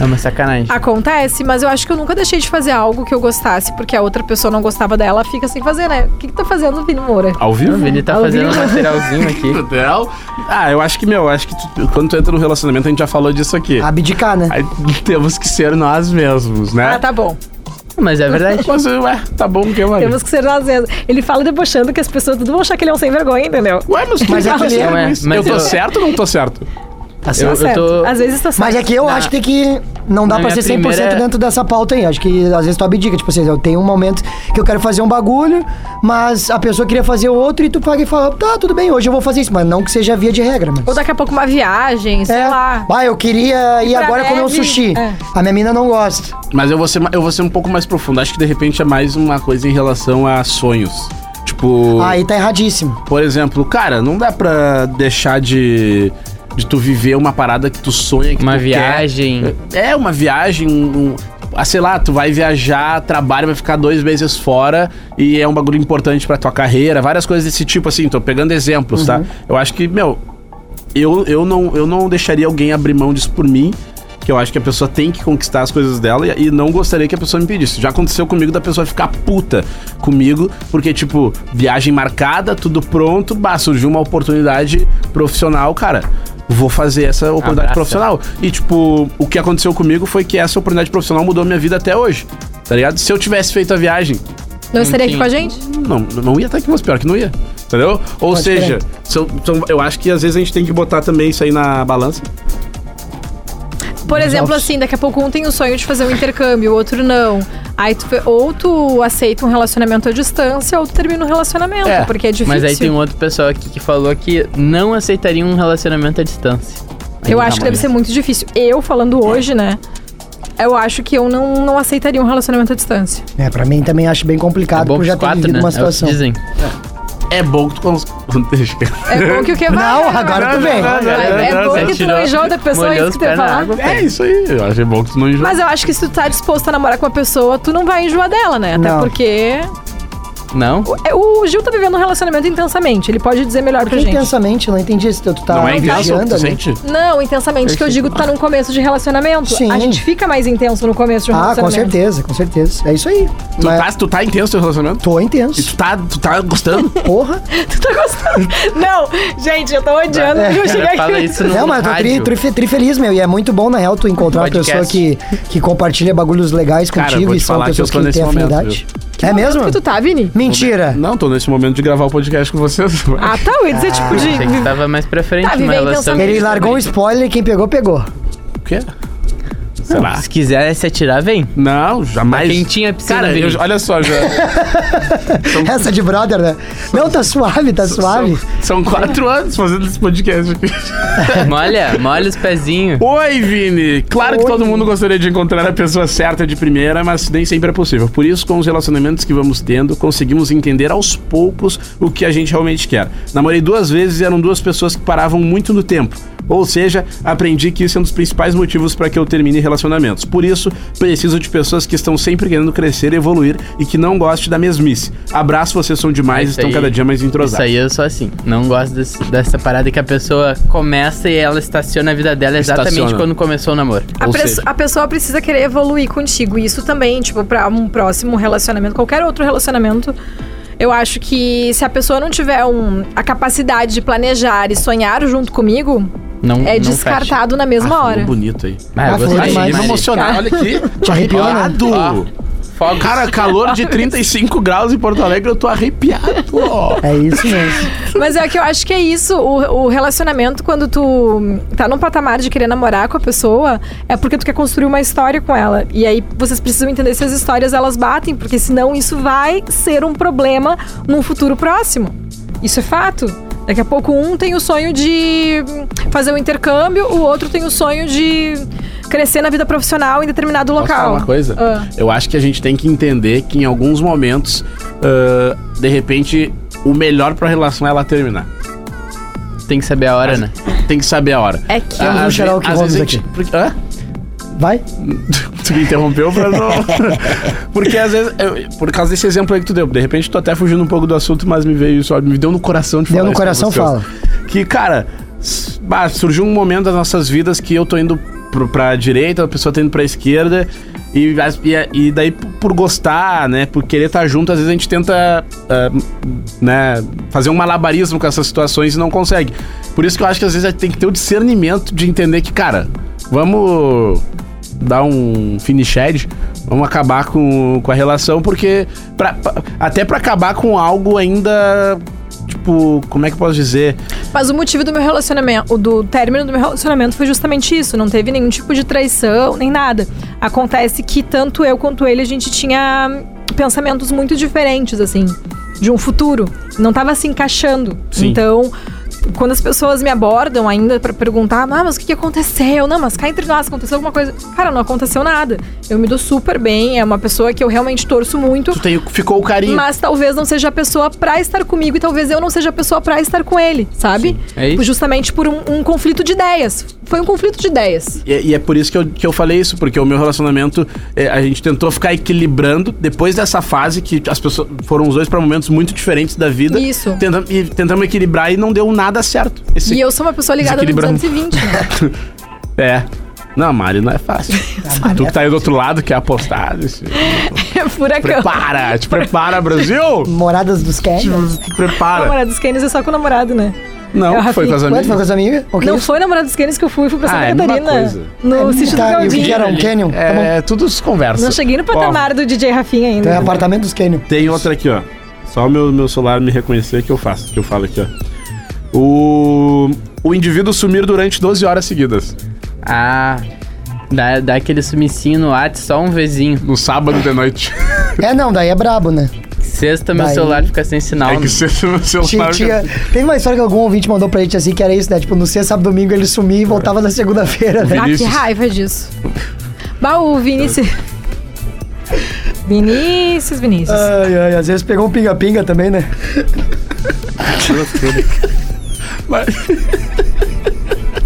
[SPEAKER 4] É uma sacanagem.
[SPEAKER 2] Acontece, mas eu acho que eu nunca deixei de fazer algo que eu gostasse, porque a outra pessoa não gostava dela, fica sem fazer, né? O que, que tá fazendo, Vini Moura?
[SPEAKER 1] Ao
[SPEAKER 4] O
[SPEAKER 1] vivo?
[SPEAKER 4] Vini tá fazendo um materialzinho aqui.
[SPEAKER 1] Hotel. Ah, eu acho que, meu, eu acho que tu- quando tu entra no relacionamento, a gente já falou disso aqui.
[SPEAKER 3] carro. Abdicar, né?
[SPEAKER 1] Aí temos que ser nós mesmos,
[SPEAKER 4] É.
[SPEAKER 1] né?
[SPEAKER 2] Ah, tá bom.
[SPEAKER 4] Mas é verdade.
[SPEAKER 1] Mas, ué, tá bom que eu
[SPEAKER 2] Temos que ser nós mesmos. Ele fala debochando que as pessoas tudo vão achar que ele é um sem vergonha, entendeu?
[SPEAKER 1] Ué, mas, tá
[SPEAKER 3] Mas é que ele é,
[SPEAKER 4] né?
[SPEAKER 1] eu,
[SPEAKER 4] Mas
[SPEAKER 1] tô
[SPEAKER 4] eu-
[SPEAKER 1] certo ou não tô certo?
[SPEAKER 3] Tá
[SPEAKER 4] Eu-
[SPEAKER 3] certo.
[SPEAKER 4] eu tô-
[SPEAKER 2] Às vezes tá certo.
[SPEAKER 3] Mas é que eu
[SPEAKER 4] Na-
[SPEAKER 3] acho que tem que. Não dá
[SPEAKER 4] Na
[SPEAKER 3] pra
[SPEAKER 4] minha
[SPEAKER 3] ser 100%
[SPEAKER 4] primeira-
[SPEAKER 3] dentro dessa pauta aí. Acho que às vezes tu abdica. Tipo assim, eu tenho um momento que eu quero fazer um bagulho, mas a pessoa queria fazer outro e tu paga e fala, tá, tudo bem, hoje eu vou fazer isso. Mas não que seja via de regra, mas.
[SPEAKER 2] Ou daqui a pouco uma viagem, sei
[SPEAKER 3] É.
[SPEAKER 2] lá.
[SPEAKER 3] Ah, eu queria ir
[SPEAKER 2] pra
[SPEAKER 3] agora comer um
[SPEAKER 2] neve.
[SPEAKER 3] sushi.
[SPEAKER 2] É.
[SPEAKER 3] A minha mina não gosta.
[SPEAKER 1] Mas eu vou, ser, ma- eu vou ser um pouco mais profundo. Acho que de repente é mais uma coisa em relação a sonhos. Tipo,
[SPEAKER 3] Aí tá erradíssimo.
[SPEAKER 1] por exemplo, cara, não dá pra deixar de. De tu viver uma parada que tu sonha que
[SPEAKER 4] Uma
[SPEAKER 1] tu quer.
[SPEAKER 4] viagem.
[SPEAKER 1] É, uma viagem. Um, ah, sei lá, tu vai viajar, trabalha, vai ficar dois meses fora e é um bagulho importante pra tua carreira, várias coisas desse tipo, assim, tô pegando exemplos, tá? Eu acho que, meu, eu, eu, não, eu não deixaria alguém abrir mão disso por mim. Que eu acho que a pessoa tem que conquistar as coisas dela e, e não gostaria que a pessoa me pedisse. Já aconteceu comigo da pessoa ficar puta comigo, porque, tipo, viagem marcada, tudo pronto, bah, surgiu uma oportunidade profissional, cara. Vou fazer essa oportunidade
[SPEAKER 4] Abraça.
[SPEAKER 1] profissional. E, tipo, o que aconteceu comigo foi que essa oportunidade profissional mudou minha vida até hoje. Tá ligado? Se eu tivesse feito a viagem,
[SPEAKER 2] Não estaria aqui
[SPEAKER 4] Enfim.
[SPEAKER 2] com a gente?
[SPEAKER 1] não, não ia estar aqui, mas pior que não ia. Entendeu? Ou
[SPEAKER 3] Pode
[SPEAKER 1] seja,
[SPEAKER 3] crer.
[SPEAKER 1] são- são- eu acho que às vezes a gente tem que botar também isso aí na balança.
[SPEAKER 2] Por exemplo,
[SPEAKER 3] altos.
[SPEAKER 2] assim, daqui a pouco um tem o sonho de fazer um intercâmbio, o outro não. Aí tu, ou tu aceita um relacionamento à distância, ou tu termina um relacionamento,
[SPEAKER 1] É,
[SPEAKER 2] porque é difícil.
[SPEAKER 4] Mas aí tem um outro pessoal aqui que falou que não aceitaria um relacionamento à distância. né?
[SPEAKER 2] Eu
[SPEAKER 1] Aí
[SPEAKER 2] acho que
[SPEAKER 1] tá,
[SPEAKER 2] deve
[SPEAKER 1] mas-
[SPEAKER 2] ser muito difícil. Eu,
[SPEAKER 4] É.
[SPEAKER 2] falando hoje, né? Eu acho que eu não, não aceitaria um relacionamento à distância.
[SPEAKER 3] É, pra mim também acho bem
[SPEAKER 4] É
[SPEAKER 3] complicado,
[SPEAKER 4] bom
[SPEAKER 3] porque eu já
[SPEAKER 4] pros
[SPEAKER 3] tenho
[SPEAKER 4] quatro,
[SPEAKER 3] vivido
[SPEAKER 4] né? É o
[SPEAKER 3] uma
[SPEAKER 4] que
[SPEAKER 3] situação.
[SPEAKER 4] dizem.
[SPEAKER 1] É bom que tu cons... Deixa eu-
[SPEAKER 2] É bom que o que vai.
[SPEAKER 3] Não,
[SPEAKER 2] né,
[SPEAKER 3] agora
[SPEAKER 2] mano?
[SPEAKER 3] tu vem.
[SPEAKER 2] É, é bom
[SPEAKER 4] Você
[SPEAKER 2] que tu
[SPEAKER 4] tirou-
[SPEAKER 2] não enjoa da pessoa,
[SPEAKER 4] molhou
[SPEAKER 2] isso
[SPEAKER 4] os
[SPEAKER 2] que tu ia
[SPEAKER 4] pés na
[SPEAKER 2] falar.
[SPEAKER 4] água.
[SPEAKER 1] É isso aí. Eu acho que é bom que tu não enjoa.
[SPEAKER 2] Mas eu acho que se tu tá disposto a namorar com uma pessoa, tu não vai enjoar dela, né? Até
[SPEAKER 3] Não.
[SPEAKER 2] porque.
[SPEAKER 4] Não?
[SPEAKER 2] O, o Gil tá vivendo um relacionamento intensamente. Ele pode dizer melhor pra
[SPEAKER 3] Porque
[SPEAKER 2] gente.
[SPEAKER 3] intensamente, eu não entendi isso. Tu tá
[SPEAKER 1] não é intenso,
[SPEAKER 3] viajando
[SPEAKER 2] né?
[SPEAKER 1] tu
[SPEAKER 3] ali.
[SPEAKER 1] sente?
[SPEAKER 2] Não, intensamente, que eu digo que tá num começo de relacionamento.
[SPEAKER 3] Sim.
[SPEAKER 2] A gente fica mais intenso no começo de um
[SPEAKER 3] Ah, com
[SPEAKER 2] relacionamento.
[SPEAKER 3] certeza, com certeza. É isso aí.
[SPEAKER 1] Tu,
[SPEAKER 3] Mas
[SPEAKER 1] tá, tu tá intenso teu relacionamento?
[SPEAKER 3] tô
[SPEAKER 1] E
[SPEAKER 3] intenso.
[SPEAKER 1] tu tá, tu tá gostando?
[SPEAKER 3] Porra.
[SPEAKER 2] Tu tá gostando? Não, gente, eu tô odiando.
[SPEAKER 3] É.
[SPEAKER 2] porque Eu cheguei
[SPEAKER 4] Cara, fala
[SPEAKER 2] aqui.
[SPEAKER 4] isso no
[SPEAKER 3] Não, mas eu tô tri,
[SPEAKER 4] rádio.
[SPEAKER 3] tri, tri feliz, meu. E é muito bom, na real, tu encontrar uma
[SPEAKER 4] Podcast.
[SPEAKER 3] pessoa que, que compartilha bagulhos legais
[SPEAKER 1] Cara, eu
[SPEAKER 3] contigo
[SPEAKER 1] vou
[SPEAKER 3] e
[SPEAKER 1] te
[SPEAKER 3] são
[SPEAKER 1] falar que
[SPEAKER 3] pessoas
[SPEAKER 1] eu tô
[SPEAKER 3] que,
[SPEAKER 1] nesse
[SPEAKER 3] têm
[SPEAKER 1] momento,
[SPEAKER 3] afinidade. É mesmo?
[SPEAKER 2] Que tu tá, Vini?
[SPEAKER 3] Mentira.
[SPEAKER 1] Não, tô nesse momento de gravar o podcast com vocês.
[SPEAKER 2] Ah, tá, eu ia dizer tipo de.
[SPEAKER 4] Achei que tava mais pra frente
[SPEAKER 2] Tá,
[SPEAKER 4] uma
[SPEAKER 2] viver
[SPEAKER 4] relação.
[SPEAKER 2] intensamente.
[SPEAKER 3] Ele largou o spoiler e quem pegou, pegou.
[SPEAKER 1] O quê? Sei lá.
[SPEAKER 4] Se quiser se atirar, vem.
[SPEAKER 1] Não, jamais.
[SPEAKER 4] Tá quentinha a piscina,
[SPEAKER 1] Cara, eu-
[SPEAKER 4] Vinícius.
[SPEAKER 1] olha só, já.
[SPEAKER 3] Essa de brother, né? Não, tá suave, tá suave.
[SPEAKER 1] São, são quatro anos fazendo esse podcast aqui.
[SPEAKER 4] Molha, molha os pezinhos.
[SPEAKER 1] Oi, Vini! Claro que todo mundo gostaria de encontrar a pessoa certa de primeira, mas nem sempre é possível. Por isso, com os relacionamentos que vamos tendo, conseguimos entender aos poucos o que a gente realmente quer. Namorei duas vezes e eram duas pessoas que paravam muito no tempo. Ou seja, aprendi que isso é um dos principais motivos para que eu termine relacionamentos. Por isso, preciso de pessoas que estão sempre querendo crescer, evoluir e que não goste da mesmice. Abraço, vocês são demais,
[SPEAKER 4] Isso
[SPEAKER 1] estão
[SPEAKER 4] aí-
[SPEAKER 1] cada dia mais entrosados.
[SPEAKER 4] Isso aí eu sou assim. Não gosto desse- dessa parada que a pessoa começa e ela estaciona a vida dela exatamente
[SPEAKER 1] Estaciona.
[SPEAKER 4] quando começou o namoro.
[SPEAKER 2] A,
[SPEAKER 1] Ou
[SPEAKER 2] pres-
[SPEAKER 1] seja-
[SPEAKER 2] a pessoa precisa querer evoluir contigo. E isso também, tipo, pra um próximo relacionamento, qualquer outro relacionamento. Eu acho que se a pessoa não tiver um- a capacidade de planejar e sonhar junto comigo,
[SPEAKER 4] Não,
[SPEAKER 2] é
[SPEAKER 4] não fecha.
[SPEAKER 2] descartado na
[SPEAKER 1] Ah,
[SPEAKER 2] mesma
[SPEAKER 1] falou
[SPEAKER 2] hora.
[SPEAKER 1] bonito aí.
[SPEAKER 4] Ah, eu
[SPEAKER 3] Ah,
[SPEAKER 4] gostei
[SPEAKER 3] falou
[SPEAKER 1] Ai,
[SPEAKER 3] demais.
[SPEAKER 4] demais.
[SPEAKER 1] me emocionar. Olha aqui.
[SPEAKER 3] Te arrepiou, né?
[SPEAKER 1] Irado.
[SPEAKER 4] Ó, fogos.
[SPEAKER 1] Cara, calor de 35 graus em Porto Alegre, eu tô arrepiado. ó.
[SPEAKER 3] É isso mesmo.
[SPEAKER 2] Mas é que eu acho que é isso. O, o relacionamento, quando tu tá num patamar de querer namorar com a pessoa, é porque tu quer construir uma história com ela. E aí vocês precisam entender se as histórias elas batem, porque senão isso vai ser um problema num futuro próximo. Isso é fato. Daqui a pouco um tem o sonho de fazer um intercâmbio, o outro tem o sonho de crescer na vida profissional em determinado
[SPEAKER 1] Posso falar
[SPEAKER 2] local.
[SPEAKER 1] uma coisa?
[SPEAKER 2] Ah.
[SPEAKER 1] Eu acho que a gente tem que entender que em alguns momentos, ah, de repente, o melhor pra relação é ela terminar.
[SPEAKER 4] Tem que saber a hora, né?
[SPEAKER 1] Tem que saber a hora.
[SPEAKER 2] É que
[SPEAKER 3] É, Ah. vamos
[SPEAKER 1] Às
[SPEAKER 3] cheirar
[SPEAKER 1] ve-
[SPEAKER 3] o que
[SPEAKER 1] às
[SPEAKER 3] Holmes
[SPEAKER 1] vezes a gente- porque- Hã?
[SPEAKER 3] Vai?
[SPEAKER 1] tu me interrompeu pra não. Porque às vezes. eu- por causa desse exemplo aí que tu deu. De repente tô até fugindo um pouco do assunto, mas me veio isso. ó, Me deu no coração de
[SPEAKER 3] Deu
[SPEAKER 1] falar.
[SPEAKER 3] no
[SPEAKER 1] isso pra
[SPEAKER 3] coração,
[SPEAKER 1] vocês.
[SPEAKER 3] fala.
[SPEAKER 1] Que, cara, s- bah, surgiu um momento das nossas vidas que eu tô indo pro, pra direita, a pessoa tá indo pra esquerda. E, as- e, a- e daí, p- por gostar, né? Por querer estar junto, às vezes a gente tenta ah, né, fazer um malabarismo com essas situações e não consegue. Por isso que eu acho que às vezes a gente tem que ter o discernimento de entender que, cara, vamos dar um finished, vamos acabar com, com a relação, porque pra, pra- até pra acabar com algo ainda, tipo, como é que eu posso dizer?
[SPEAKER 2] Mas o motivo do meu relacionamento, o do término do meu relacionamento foi justamente isso. Não teve nenhum tipo de traição, nem nada. Acontece que tanto eu quanto ele, a gente tinha hum, pensamentos muito diferentes, assim, de um futuro. Não tava se encaixando.
[SPEAKER 1] Sim.
[SPEAKER 2] Então. Quando as pessoas me abordam ainda pra perguntar, ah, mas o que que aconteceu? Não, mas cá entre nós aconteceu alguma coisa. Cara, não aconteceu nada. Eu me dou super bem, é uma pessoa que eu realmente torço muito.
[SPEAKER 1] Tu tem, ficou o carinho.
[SPEAKER 2] Mas talvez não seja a pessoa pra estar comigo e talvez eu não seja a pessoa pra estar com ele, sabe?
[SPEAKER 4] é isso.
[SPEAKER 2] Justamente por um, um conflito de ideias. Foi um conflito de ideias.
[SPEAKER 1] E, e é por isso que eu, que eu falei isso, porque o meu relacionamento, é, a gente tentou ficar equilibrando depois dessa fase que as pessoas foram os dois pra momentos muito diferentes da vida.
[SPEAKER 2] Isso.
[SPEAKER 1] Tentamos, e tentamos equilibrar e não deu nada certo. Esse-
[SPEAKER 2] E eu sou uma pessoa ligada no
[SPEAKER 1] Desequilibrando.
[SPEAKER 2] 220, né?
[SPEAKER 1] É. Não, a Mari não é fácil. tu que tá aí do outro lado quer apostar. isso.
[SPEAKER 2] É furacão.
[SPEAKER 1] Prepara, te prepara, Brasil!
[SPEAKER 3] Moradas dos Canyons.
[SPEAKER 1] Te prepara.
[SPEAKER 2] Namorado dos Keynes é só com o namorado, né?
[SPEAKER 1] Não,
[SPEAKER 2] É o
[SPEAKER 1] que foi com as
[SPEAKER 2] Rafinha.
[SPEAKER 3] Quanto foi tá com
[SPEAKER 1] amigas.
[SPEAKER 3] as amigas? Ok.
[SPEAKER 2] Não foi namorado dos Keynes que eu fui, fui pra Santa
[SPEAKER 1] Ah, é a mesma
[SPEAKER 2] Catarina.
[SPEAKER 1] coisa.
[SPEAKER 2] No sítio do
[SPEAKER 3] tá, e o que
[SPEAKER 2] Galdinho.
[SPEAKER 3] que era? Um
[SPEAKER 4] ali.
[SPEAKER 3] Canyon? Tá bom.
[SPEAKER 1] É, tudo se conversa.
[SPEAKER 2] Não cheguei no patamar do DJ Rafinha ainda.
[SPEAKER 1] Tá,
[SPEAKER 3] Então é apartamento dos Canyon.
[SPEAKER 1] Ó, tem outra aqui, ó. Só o meu, meu celular me reconhecer que eu faço, que eu falo aqui, ó. O, o indivíduo sumir durante 12 horas seguidas.
[SPEAKER 4] Ah, dá, dá aquele sumicinho no WhatsApp só um vezinho.
[SPEAKER 1] No sábado de noite.
[SPEAKER 3] É, não, daí é brabo, né?
[SPEAKER 4] Sexta, meu
[SPEAKER 3] Daí-
[SPEAKER 4] celular fica sem sinal.
[SPEAKER 1] é que
[SPEAKER 4] né?
[SPEAKER 1] você no
[SPEAKER 3] Tinha,
[SPEAKER 1] celular.
[SPEAKER 3] tinha- Teve uma história que algum ouvinte mandou pra gente assim, que era isso, né? Tipo, no sexta, sábado, domingo ele sumia e voltava na segunda-feira, né?
[SPEAKER 2] Ah, que
[SPEAKER 1] Vinícius.
[SPEAKER 2] raiva disso. Baú, Vinícius. Vinícius, Vinícius.
[SPEAKER 1] Ah.
[SPEAKER 3] Ai, ai, às vezes pegou um pinga-pinga também, né?
[SPEAKER 1] Mas-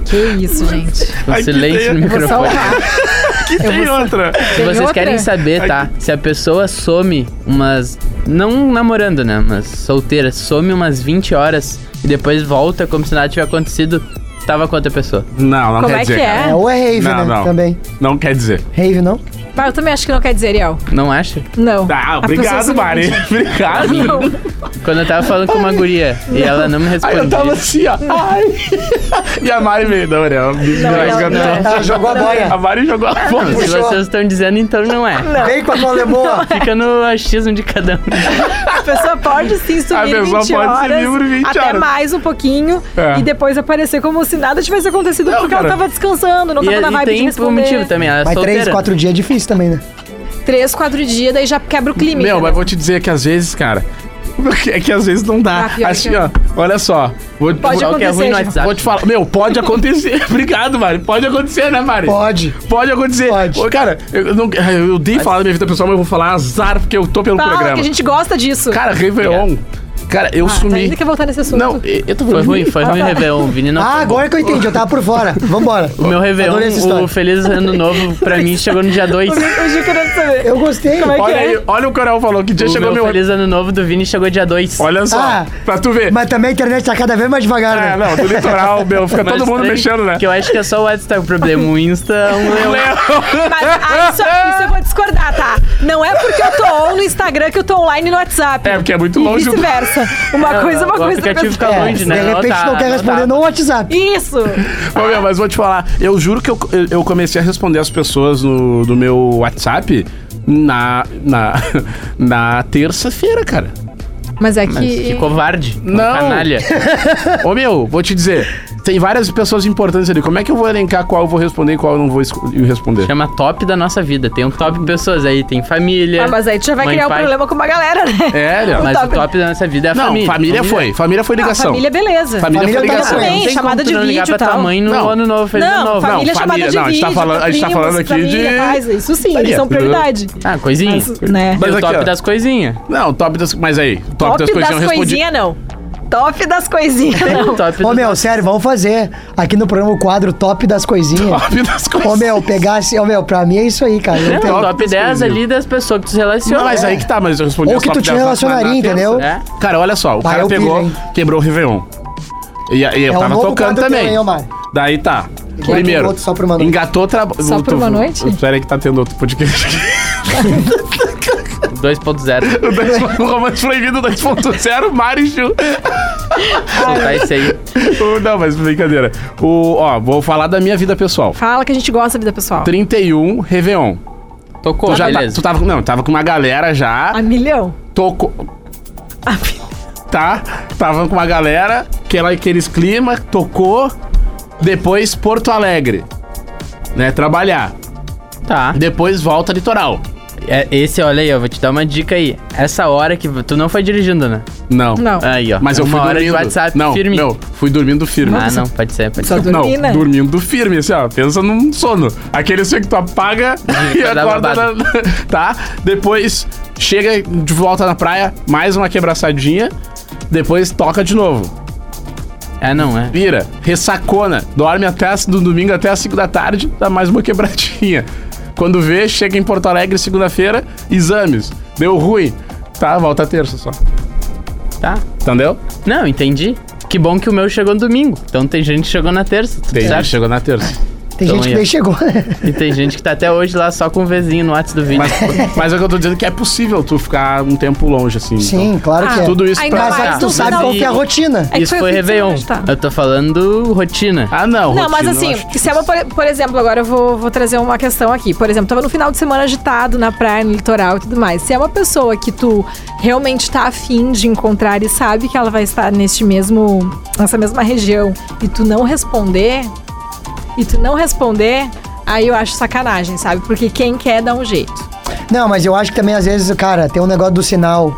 [SPEAKER 2] Que isso, gente.
[SPEAKER 4] Um
[SPEAKER 1] Ai, que
[SPEAKER 4] silêncio no
[SPEAKER 1] ideia.
[SPEAKER 4] microfone.
[SPEAKER 1] que tem outra.
[SPEAKER 4] Se vocês
[SPEAKER 2] um outra?
[SPEAKER 4] querem saber, tá? Se a pessoa some umas. Não namorando, né? Mas solteira, some umas 20 horas e depois volta como se nada tivesse acontecido, tava com outra pessoa.
[SPEAKER 1] Não, não
[SPEAKER 2] Como
[SPEAKER 1] quer
[SPEAKER 2] é
[SPEAKER 1] dizer.
[SPEAKER 2] que é?
[SPEAKER 1] cara.
[SPEAKER 3] É, ou é rave,
[SPEAKER 1] Não,
[SPEAKER 3] né?
[SPEAKER 1] não.
[SPEAKER 3] Também.
[SPEAKER 1] Não quer dizer.
[SPEAKER 3] Rave, não?
[SPEAKER 2] Mas eu também acho que não quer dizer, Ariel.
[SPEAKER 4] Não acha?
[SPEAKER 2] Não.
[SPEAKER 1] Ah,
[SPEAKER 2] A pessoa
[SPEAKER 1] obrigado,
[SPEAKER 2] se
[SPEAKER 1] Mari.
[SPEAKER 2] mente.
[SPEAKER 1] obrigado.
[SPEAKER 2] Não.
[SPEAKER 4] Quando eu tava falando com uma guria e ela não me
[SPEAKER 1] Aí
[SPEAKER 4] respondia.
[SPEAKER 1] eu tava assim, ó. Ai. e a Mari veio, não, é Ariel. Me
[SPEAKER 2] Não, não,
[SPEAKER 1] rasgando.
[SPEAKER 2] não.
[SPEAKER 3] Ela jogou a
[SPEAKER 1] A
[SPEAKER 3] boia.
[SPEAKER 1] Mari jogou a bola.
[SPEAKER 4] Se
[SPEAKER 3] Puxou.
[SPEAKER 4] vocês estão dizendo, então não é.
[SPEAKER 3] Vem com a bola é boa.
[SPEAKER 4] Fica no achismo de cada um.
[SPEAKER 2] A pessoa pode sim
[SPEAKER 1] A
[SPEAKER 2] sumir
[SPEAKER 1] pessoa
[SPEAKER 2] 20
[SPEAKER 1] pode
[SPEAKER 2] horas,
[SPEAKER 1] sumir por 20
[SPEAKER 2] até
[SPEAKER 1] horas.
[SPEAKER 2] mais um pouquinho,
[SPEAKER 1] É.
[SPEAKER 2] e depois aparecer como se nada tivesse acontecido
[SPEAKER 1] Não,
[SPEAKER 2] porque
[SPEAKER 1] cara.
[SPEAKER 2] ela tava descansando, não
[SPEAKER 4] E,
[SPEAKER 2] tava na
[SPEAKER 4] e
[SPEAKER 2] vibe de
[SPEAKER 4] tem um
[SPEAKER 2] responder.
[SPEAKER 4] motivo também, ela é
[SPEAKER 3] Mas
[SPEAKER 4] solteira.
[SPEAKER 3] três, quatro dias é difícil também, né?
[SPEAKER 2] Três, quatro dias, daí já quebra o clima.
[SPEAKER 1] Meu,
[SPEAKER 2] entendeu?
[SPEAKER 1] mas vou te dizer que às vezes, cara. É que às vezes não dá.
[SPEAKER 2] Ah, pior
[SPEAKER 1] assim,
[SPEAKER 2] que eu-
[SPEAKER 1] ó, olha só. Vou,
[SPEAKER 2] Pode
[SPEAKER 1] vou,
[SPEAKER 4] Só o que é ruim no
[SPEAKER 2] acontecer,
[SPEAKER 4] WhatsApp.
[SPEAKER 1] vou te falar. Meu, pode acontecer. Obrigado, Mari. Pode acontecer, né, Mari?
[SPEAKER 3] Pode.
[SPEAKER 1] Pode acontecer.
[SPEAKER 3] Pode.
[SPEAKER 1] Ô, Cara, eu, não, eu odeio falar da minha vida pessoal, mas eu vou falar azar porque eu tô pelo
[SPEAKER 2] Fala,
[SPEAKER 1] programa.
[SPEAKER 2] que a gente gosta disso.
[SPEAKER 1] Cara, Réveillon. Cara, eu
[SPEAKER 2] Ah, tá,
[SPEAKER 1] sumi.
[SPEAKER 2] ainda quer voltar nesse assunto.
[SPEAKER 1] Não, eu eu tô
[SPEAKER 4] Foi
[SPEAKER 1] falando-
[SPEAKER 4] ruim, foi ruim o Réveillon. O Vini não.
[SPEAKER 3] Ah,
[SPEAKER 4] foi bom.
[SPEAKER 3] agora que eu entendi, eu tava por fora. Vambora.
[SPEAKER 4] O meu Réveillon,
[SPEAKER 3] Adorei essa história.
[SPEAKER 4] o Feliz Ano Novo, pra mim, chegou no dia 2.
[SPEAKER 2] Eu já querendo saber.
[SPEAKER 3] Eu gostei.
[SPEAKER 2] Como é que
[SPEAKER 1] Olha aí, olha o Coral falou que dia
[SPEAKER 4] O
[SPEAKER 1] chegou
[SPEAKER 4] meu
[SPEAKER 1] meu.
[SPEAKER 4] Feliz Ano Novo do Vini chegou dia 2.
[SPEAKER 1] Olha só,
[SPEAKER 3] Ah.
[SPEAKER 1] pra tu ver.
[SPEAKER 3] Mas também a internet tá cada vez mais devagar,
[SPEAKER 1] É,
[SPEAKER 3] né?
[SPEAKER 1] não, do litoral, meu, fica todo mundo mexendo, né? é.
[SPEAKER 4] Que eu acho que é só o WhatsApp o problema. O Insta um leão.
[SPEAKER 2] Mas ah, isso, isso eu vou discordar, tá? Não é porque eu tô on no Instagram que eu tô online no WhatsApp.
[SPEAKER 1] É, porque é muito
[SPEAKER 2] E
[SPEAKER 1] longe do-
[SPEAKER 2] vice-versa. Uma coisa, uma
[SPEAKER 4] É, o
[SPEAKER 2] coisa.
[SPEAKER 4] aplicativo
[SPEAKER 2] outra
[SPEAKER 4] fica
[SPEAKER 3] É,
[SPEAKER 2] coisa.
[SPEAKER 4] longe, né?
[SPEAKER 3] De repente
[SPEAKER 4] Não tá,
[SPEAKER 3] não quer
[SPEAKER 4] não
[SPEAKER 3] responder
[SPEAKER 4] tá.
[SPEAKER 3] no WhatsApp.
[SPEAKER 2] Isso!
[SPEAKER 4] É.
[SPEAKER 1] Ô, meu, mas vou te falar, eu juro que eu, eu comecei a responder as pessoas no, do meu WhatsApp na, na, na terça-feira, cara.
[SPEAKER 2] Mas é que.
[SPEAKER 4] Mas que covarde. um
[SPEAKER 1] Não.
[SPEAKER 4] Canalha.
[SPEAKER 1] Ô meu, vou te dizer, tem várias pessoas importantes ali. Como é que eu vou elencar qual eu vou responder e qual eu não vou esco- responder?
[SPEAKER 4] Chama top da nossa vida. Tem um top pessoas aí. Tem família.
[SPEAKER 2] Ah, mas aí tu já vai
[SPEAKER 4] mãe,
[SPEAKER 2] criar um
[SPEAKER 4] pai.
[SPEAKER 2] problema com uma galera, né?
[SPEAKER 1] É, não.
[SPEAKER 4] Mas
[SPEAKER 2] O
[SPEAKER 4] o
[SPEAKER 2] top-
[SPEAKER 4] top, da nossa vida é a
[SPEAKER 1] não,
[SPEAKER 4] família.
[SPEAKER 1] família, foi. Família foi
[SPEAKER 2] Não,
[SPEAKER 1] ligação.
[SPEAKER 2] Ah, família, é beleza.
[SPEAKER 1] Família
[SPEAKER 3] Família tá
[SPEAKER 1] foi
[SPEAKER 3] eu
[SPEAKER 1] ligação.
[SPEAKER 2] também,
[SPEAKER 4] Não tem
[SPEAKER 2] chamada
[SPEAKER 4] como
[SPEAKER 2] de
[SPEAKER 4] tu não
[SPEAKER 2] vídeo
[SPEAKER 4] ligar
[SPEAKER 2] e
[SPEAKER 4] pra
[SPEAKER 2] tal.
[SPEAKER 4] tua mãe no
[SPEAKER 1] Não.
[SPEAKER 4] ano novo, feliz
[SPEAKER 2] não,
[SPEAKER 4] ano novo.
[SPEAKER 2] família
[SPEAKER 1] Não,
[SPEAKER 2] chamada
[SPEAKER 1] família,
[SPEAKER 2] de
[SPEAKER 1] não, a gente tá
[SPEAKER 2] vídeo,
[SPEAKER 1] falando- a gente tá
[SPEAKER 2] primos,
[SPEAKER 1] falando aqui
[SPEAKER 2] família,
[SPEAKER 1] de-
[SPEAKER 2] paz, isso sim,
[SPEAKER 1] Família.
[SPEAKER 2] eles são prioridade.
[SPEAKER 4] Ah, coisinha.
[SPEAKER 2] Mas, né?
[SPEAKER 4] Tem
[SPEAKER 1] Mas
[SPEAKER 4] o
[SPEAKER 1] aqui,
[SPEAKER 4] top
[SPEAKER 1] ó.
[SPEAKER 4] das coisinhas.
[SPEAKER 1] Não, top das. Mas aí, top,
[SPEAKER 2] Top,
[SPEAKER 1] das coisinhas
[SPEAKER 2] das
[SPEAKER 1] eu respondi.
[SPEAKER 2] coisinhas, não. Top das coisinhas, não.
[SPEAKER 4] Top
[SPEAKER 3] Ô
[SPEAKER 4] do-
[SPEAKER 3] meu, sério, vamos fazer aqui no programa o quadro top das coisinhas.
[SPEAKER 1] Top das coisinhas.
[SPEAKER 3] Ô meu, pegasse. Ô meu, pra mim é isso aí, cara. Eu
[SPEAKER 4] É,
[SPEAKER 3] tenho-
[SPEAKER 4] o
[SPEAKER 1] top
[SPEAKER 4] top
[SPEAKER 1] das
[SPEAKER 4] 10
[SPEAKER 1] coisinhas.
[SPEAKER 4] ali das pessoas que tu se relaciona.
[SPEAKER 1] Não, mas aí que tá, mas eu respondi
[SPEAKER 3] Ou
[SPEAKER 1] os
[SPEAKER 3] que
[SPEAKER 1] top
[SPEAKER 3] tu te
[SPEAKER 1] 10 na- na
[SPEAKER 3] relacionaria,
[SPEAKER 1] terça.
[SPEAKER 3] entendeu?
[SPEAKER 4] É.
[SPEAKER 1] Cara, olha só, o
[SPEAKER 3] Bah,
[SPEAKER 1] cara
[SPEAKER 3] eu
[SPEAKER 1] pegou,
[SPEAKER 3] piro, hein?
[SPEAKER 1] quebrou o Réveillon. E, e eu
[SPEAKER 3] um
[SPEAKER 1] tava
[SPEAKER 3] novo
[SPEAKER 1] tocando
[SPEAKER 3] quadro teu,
[SPEAKER 1] também.
[SPEAKER 3] hein, Omar?
[SPEAKER 1] Daí tá.
[SPEAKER 3] é
[SPEAKER 1] Primeiro,
[SPEAKER 3] aquele outro só pra uma noite?
[SPEAKER 1] engatou o trabalho.
[SPEAKER 2] Só pra uma noite?
[SPEAKER 1] Espera aí que tá tendo outro podcast aqui.
[SPEAKER 4] 2.0.
[SPEAKER 1] O dois- o Romance Proibido 2.0, Mari Ju.
[SPEAKER 4] Tá isso aí.
[SPEAKER 1] O- Não, mas brincadeira. O, ó, vou falar da minha vida pessoal.
[SPEAKER 2] Fala que a gente gosta da vida pessoal.
[SPEAKER 1] 31, Réveillon.
[SPEAKER 4] Tocou,
[SPEAKER 1] Tu já tá-
[SPEAKER 4] beleza.
[SPEAKER 1] tu tava, não, tava com uma galera já.
[SPEAKER 2] A milhão.
[SPEAKER 1] Tocou.
[SPEAKER 2] A milhão.
[SPEAKER 1] tá? Tava com uma galera, aquela, aqueles clima, tocou. Depois Porto Alegre, né? Trabalhar.
[SPEAKER 4] Tá.
[SPEAKER 1] Depois volta litoral.
[SPEAKER 4] É, Esse, olha aí, ó, vou te dar uma dica aí. Essa hora que tu não foi dirigindo, né?
[SPEAKER 1] Não. É,
[SPEAKER 2] Não.
[SPEAKER 4] Aí, ó.
[SPEAKER 1] Mas eu
[SPEAKER 4] uma
[SPEAKER 1] fui
[SPEAKER 4] hora
[SPEAKER 1] dormindo.
[SPEAKER 4] de WhatsApp
[SPEAKER 1] não,
[SPEAKER 4] firme.
[SPEAKER 1] Não, fui dormindo firme.
[SPEAKER 4] Ah, não, pode ser, pode
[SPEAKER 2] Só
[SPEAKER 4] ser.
[SPEAKER 2] dormir, né?
[SPEAKER 1] Não, dormindo firme, assim, ó. Pensa num sono. Aquele assim que tu apaga e
[SPEAKER 4] vai dar
[SPEAKER 1] acorda. Na,
[SPEAKER 4] babado.
[SPEAKER 1] tá? Depois chega de volta na praia, mais uma quebraçadinha. Depois toca de novo.
[SPEAKER 4] É, não, é.
[SPEAKER 1] Vira, ressacona, dorme até as- do domingo até as 5 da tarde, dá mais uma quebradinha. Quando vê, chega em Porto Alegre segunda-feira, exames. Deu ruim. Tá, volta terça só.
[SPEAKER 4] Tá.
[SPEAKER 1] Entendeu?
[SPEAKER 4] Não, entendi. Que bom que o meu chegou no domingo. Então tem gente que chegou na terça. tudo
[SPEAKER 1] Tem,
[SPEAKER 4] certo?
[SPEAKER 1] chegou na terça.
[SPEAKER 3] Tem
[SPEAKER 4] Então
[SPEAKER 3] gente
[SPEAKER 4] aí, ó.
[SPEAKER 3] que nem chegou. né?
[SPEAKER 4] E tem gente que tá até hoje lá só com o vizinho no WhatsApp do vídeo.
[SPEAKER 1] Mas, mas é o que eu tô dizendo que é possível tu ficar um tempo longe, assim.
[SPEAKER 3] Sim, claro que
[SPEAKER 2] Ah,
[SPEAKER 3] é.
[SPEAKER 1] tudo isso
[SPEAKER 2] ainda
[SPEAKER 1] pra-
[SPEAKER 3] Mas
[SPEAKER 2] mais
[SPEAKER 3] aí
[SPEAKER 4] Ah,
[SPEAKER 3] tu
[SPEAKER 2] no
[SPEAKER 3] sabe
[SPEAKER 2] final-
[SPEAKER 3] qual que é a rotina.
[SPEAKER 2] É que
[SPEAKER 4] Isso
[SPEAKER 2] foi
[SPEAKER 4] foi,
[SPEAKER 2] o fim de
[SPEAKER 4] Réveillon.
[SPEAKER 2] semana, tá.
[SPEAKER 4] Eu tô falando rotina.
[SPEAKER 1] Ah, não.
[SPEAKER 2] Não, mas
[SPEAKER 1] rotina, eu
[SPEAKER 2] assim,
[SPEAKER 1] acho
[SPEAKER 2] se é uma, por, por exemplo, agora eu vou, vou trazer uma questão aqui. Por exemplo, tava no final de semana agitado na praia, no litoral e tudo mais. Se é uma pessoa que tu realmente tá afim de encontrar e sabe que ela vai estar neste mesmo, nessa mesma região e tu não responder, e tu não responder, aí eu acho sacanagem, sabe? Porque quem quer dá um jeito.
[SPEAKER 3] Não, mas eu acho que também às vezes, cara, tem um negócio do sinal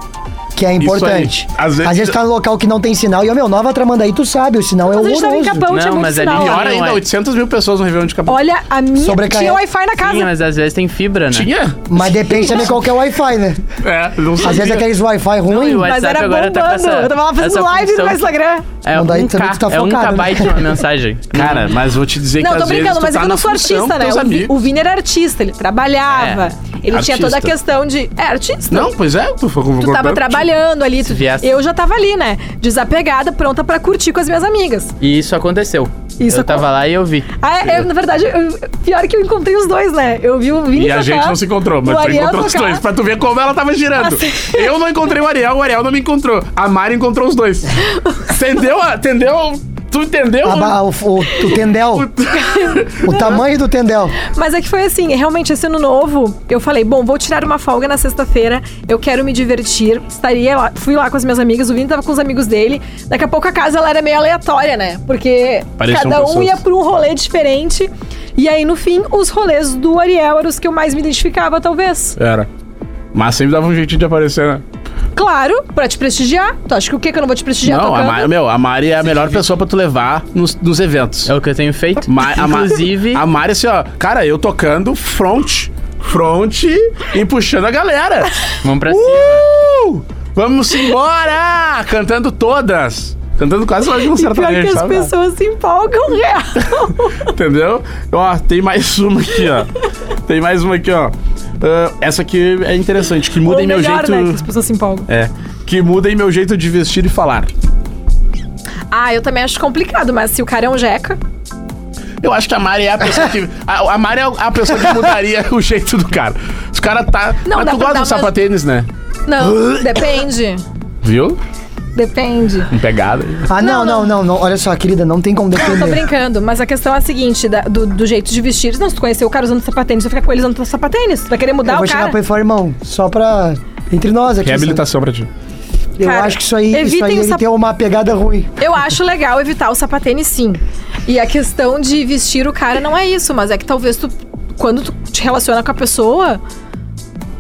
[SPEAKER 3] que é importante.
[SPEAKER 1] aí. Às vezes-
[SPEAKER 3] tá no local que não tem sinal. E, ô, meu, Nova Tramandaí, tu sabe, o sinal é
[SPEAKER 2] Mas a gente tava em
[SPEAKER 3] horroroso.
[SPEAKER 2] Capão,
[SPEAKER 4] Não,
[SPEAKER 2] tinha muito
[SPEAKER 4] mas ali
[SPEAKER 2] sinal.
[SPEAKER 1] Pior
[SPEAKER 4] Não,
[SPEAKER 1] ainda,
[SPEAKER 4] é.
[SPEAKER 1] 800 mil pessoas no Réveillon de Capão.
[SPEAKER 2] Olha, a minha
[SPEAKER 3] Sobrecarrega-
[SPEAKER 2] tinha Wi-Fi na casa.
[SPEAKER 4] Sim, mas às vezes tem fibra, né?
[SPEAKER 1] Tinha?
[SPEAKER 3] Mas depende também qual que é o Wi-Fi, né?
[SPEAKER 1] É, não sei.
[SPEAKER 3] Às vezes aqueles Wi-Fi ruim.
[SPEAKER 4] e o
[SPEAKER 2] Mas
[SPEAKER 4] WhatsApp
[SPEAKER 2] era
[SPEAKER 4] agora tá com
[SPEAKER 2] bombando.
[SPEAKER 4] essa-
[SPEAKER 2] eu tava lá fazendo
[SPEAKER 4] essa
[SPEAKER 2] live no
[SPEAKER 4] função.
[SPEAKER 2] meu Instagram.
[SPEAKER 4] É
[SPEAKER 3] Não,
[SPEAKER 4] um
[SPEAKER 3] daí também
[SPEAKER 4] K,
[SPEAKER 3] tu tá
[SPEAKER 4] é um
[SPEAKER 3] focado, né?
[SPEAKER 4] KB uma mensagem.
[SPEAKER 1] Cara, mas vou te dizer
[SPEAKER 2] Não,
[SPEAKER 1] que
[SPEAKER 2] tô
[SPEAKER 1] às vezes
[SPEAKER 2] brincando,
[SPEAKER 1] tu
[SPEAKER 2] mas
[SPEAKER 1] tá
[SPEAKER 2] é que eu
[SPEAKER 1] na
[SPEAKER 2] não sou
[SPEAKER 1] função
[SPEAKER 2] artista,
[SPEAKER 1] com
[SPEAKER 2] né?
[SPEAKER 1] teus
[SPEAKER 2] O, Vi-
[SPEAKER 1] amigos.
[SPEAKER 2] o Vini era artista, ele trabalhava.
[SPEAKER 4] É,
[SPEAKER 2] ele tinha toda a
[SPEAKER 1] artista.
[SPEAKER 2] questão de. É, artista.
[SPEAKER 1] Não, pois é, tu foi
[SPEAKER 2] Tu tava trabalhando ali, tu,
[SPEAKER 4] Se viesse.
[SPEAKER 2] eu já tava ali, né? Desapegada, pronta pra curtir com as minhas amigas.
[SPEAKER 4] E isso aconteceu.
[SPEAKER 2] Isso
[SPEAKER 4] eu tava lá e eu vi.
[SPEAKER 2] Ah, é, é, na verdade, eu- pior que eu encontrei os dois, né? Eu vi o Vini
[SPEAKER 1] E a
[SPEAKER 2] tocar,
[SPEAKER 1] gente não se encontrou,
[SPEAKER 2] tá? o
[SPEAKER 1] mas tu
[SPEAKER 2] Ariel
[SPEAKER 1] encontrou os
[SPEAKER 2] tocar.
[SPEAKER 1] dois, pra tu ver como ela tava girando.
[SPEAKER 2] Assim.
[SPEAKER 1] Eu não encontrei o Ariel, o Ariel não me encontrou. A Mari encontrou os dois. Entendeu? a- Entendeu? Tu entendeu?
[SPEAKER 3] A ba- o, o- o tendel. o tamanho do tendel.
[SPEAKER 2] Mas é que foi assim, realmente esse ano novo, eu falei, bom, vou tirar uma folga na sexta-feira, eu quero me divertir. Estaria lá, fui lá com as minhas amigas, o Vini tava com os amigos dele. Daqui a pouco a casa ela era meio aleatória, né? Porque
[SPEAKER 1] Pareciam
[SPEAKER 2] cada um
[SPEAKER 1] pessoas.
[SPEAKER 2] ia pra um rolê diferente. E aí, no fim, os rolês do Ariel eram os que eu mais me identificava, talvez.
[SPEAKER 1] Era. Mas sempre dava um jeitinho de aparecer, né?
[SPEAKER 2] Claro, pra te prestigiar. Tu acha que o quê? Que eu não vou te prestigiar
[SPEAKER 1] não, a
[SPEAKER 2] tocando?
[SPEAKER 1] Ma- meu, a Mari é a melhor pessoa pra tu levar nos, nos eventos.
[SPEAKER 4] É o que eu tenho feito.
[SPEAKER 1] Ma- a Ma-
[SPEAKER 4] Inclusive,
[SPEAKER 3] Ah,
[SPEAKER 1] A Mari, assim, ó, cara, eu tocando front, front e puxando a galera.
[SPEAKER 4] vamos pra cima.
[SPEAKER 1] Uh! Vamos embora! Cantando todas. Cantando quase mais de um
[SPEAKER 2] E pior que
[SPEAKER 1] sertanejo,
[SPEAKER 2] as
[SPEAKER 1] sabe?
[SPEAKER 2] pessoas se empolgam, né? real.
[SPEAKER 1] Entendeu? Ó, tem mais uma aqui, ó. Tem mais uma aqui, ó. Ah, essa aqui é interessante, que muda
[SPEAKER 2] Ou
[SPEAKER 1] em meu
[SPEAKER 2] melhor,
[SPEAKER 1] jeito.
[SPEAKER 2] né? Que as pessoas se empolgam.
[SPEAKER 1] É. Que muda em meu jeito de vestir e falar.
[SPEAKER 2] Ah, eu também acho complicado, mas se o cara é um jeca...
[SPEAKER 1] Eu acho que a Mari é a pessoa que. A, a Mari é a pessoa que mudaria o jeito do cara. Os caras tá.
[SPEAKER 2] Não,
[SPEAKER 1] Mas
[SPEAKER 2] dá
[SPEAKER 1] tu
[SPEAKER 2] pra
[SPEAKER 1] gosta
[SPEAKER 2] dar
[SPEAKER 1] do sapatênis, né?
[SPEAKER 2] Não, depende.
[SPEAKER 1] Viu?
[SPEAKER 2] Depende.
[SPEAKER 1] Um pegado.
[SPEAKER 3] Ah, não, não, não, não. Olha só, querida, não tem como
[SPEAKER 2] Não, tô
[SPEAKER 3] defender.
[SPEAKER 2] brincando, mas a questão é a seguinte: da- do, do jeito de vestir, não, se tu conhecer o cara usando sapatênis, tu vai ficar com ele usando sapatênis, tu vai querer mudar
[SPEAKER 3] Eu vou
[SPEAKER 2] o
[SPEAKER 3] chegar
[SPEAKER 2] cara.
[SPEAKER 3] pro Ifó, irmão, só pra. Entre nós aqui.
[SPEAKER 1] Reabilitação pra ti.
[SPEAKER 3] sabe? Eu
[SPEAKER 2] Cara,
[SPEAKER 3] acho que isso aí, isso
[SPEAKER 2] evitem
[SPEAKER 3] aí
[SPEAKER 2] o
[SPEAKER 3] ele
[SPEAKER 2] sap-
[SPEAKER 3] tem uma pegada ruim.
[SPEAKER 2] Eu acho legal evitar o sapatênis, sim. E a questão de vestir o cara não é isso, mas é que talvez tu, quando tu te relaciona com a pessoa,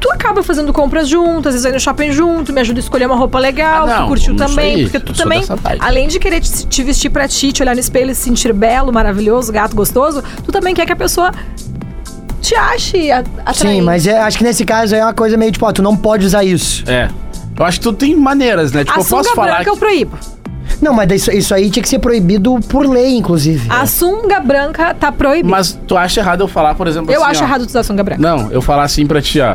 [SPEAKER 2] tu acaba fazendo compras junto, às vezes vai no shopping junto, me ajuda a escolher uma roupa legal,
[SPEAKER 1] Ah, não,
[SPEAKER 2] tu curtiu
[SPEAKER 1] não sou
[SPEAKER 2] também,
[SPEAKER 1] isso,
[SPEAKER 2] porque
[SPEAKER 1] eu
[SPEAKER 2] tu
[SPEAKER 1] sou
[SPEAKER 2] também,
[SPEAKER 1] dessa vibe.
[SPEAKER 2] além de querer te, te vestir pra ti, te olhar no espelho e se sentir belo, maravilhoso, gato, gostoso, tu também quer que a pessoa te ache a- atraente.
[SPEAKER 3] Sim,
[SPEAKER 1] tipo,
[SPEAKER 3] mas é- acho que nesse caso aí é uma coisa meio tipo, ó, tu não pode usar isso.
[SPEAKER 1] É. Eu acho que tu tem maneiras, né? Tipo,
[SPEAKER 2] A
[SPEAKER 1] eu posso
[SPEAKER 2] sunga
[SPEAKER 1] falar.
[SPEAKER 2] branca
[SPEAKER 1] Que...
[SPEAKER 2] eu proíbo.
[SPEAKER 3] Não, mas isso, isso aí tinha que ser proibido por lei, inclusive.
[SPEAKER 2] A sunga branca tá proibida.
[SPEAKER 1] É. Mas tu acha errado eu falar, por exemplo,
[SPEAKER 2] eu
[SPEAKER 1] assim,
[SPEAKER 2] acho
[SPEAKER 1] ó,
[SPEAKER 2] errado tu usar sunga branca.
[SPEAKER 1] Não, eu falar assim pra ti, ó. Ah,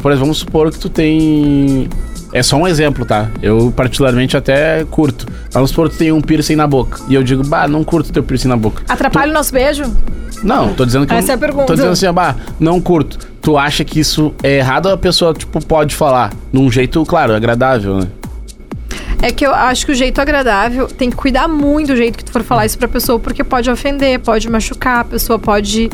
[SPEAKER 1] por exemplo, vamos supor que tu tem. É só um exemplo, tá? Eu, particularmente, até curto. Mas vamos supor que tu tem um piercing na boca. E eu digo, bah, não curto teu piercing na boca.
[SPEAKER 2] Atrapalha o nosso beijo?
[SPEAKER 1] Não, tô dizendo que.
[SPEAKER 2] Essa
[SPEAKER 1] eu-
[SPEAKER 2] é a pergunta.
[SPEAKER 1] Tô dizendo assim, ó, bah, não curto. Tu acha que isso é errado ou a pessoa, tipo, pode falar? Num jeito, claro, agradável, né?
[SPEAKER 2] É que eu acho que o jeito agradável tem que cuidar muito do jeito que tu for falar isso pra pessoa, porque pode ofender, pode machucar, a pessoa pode.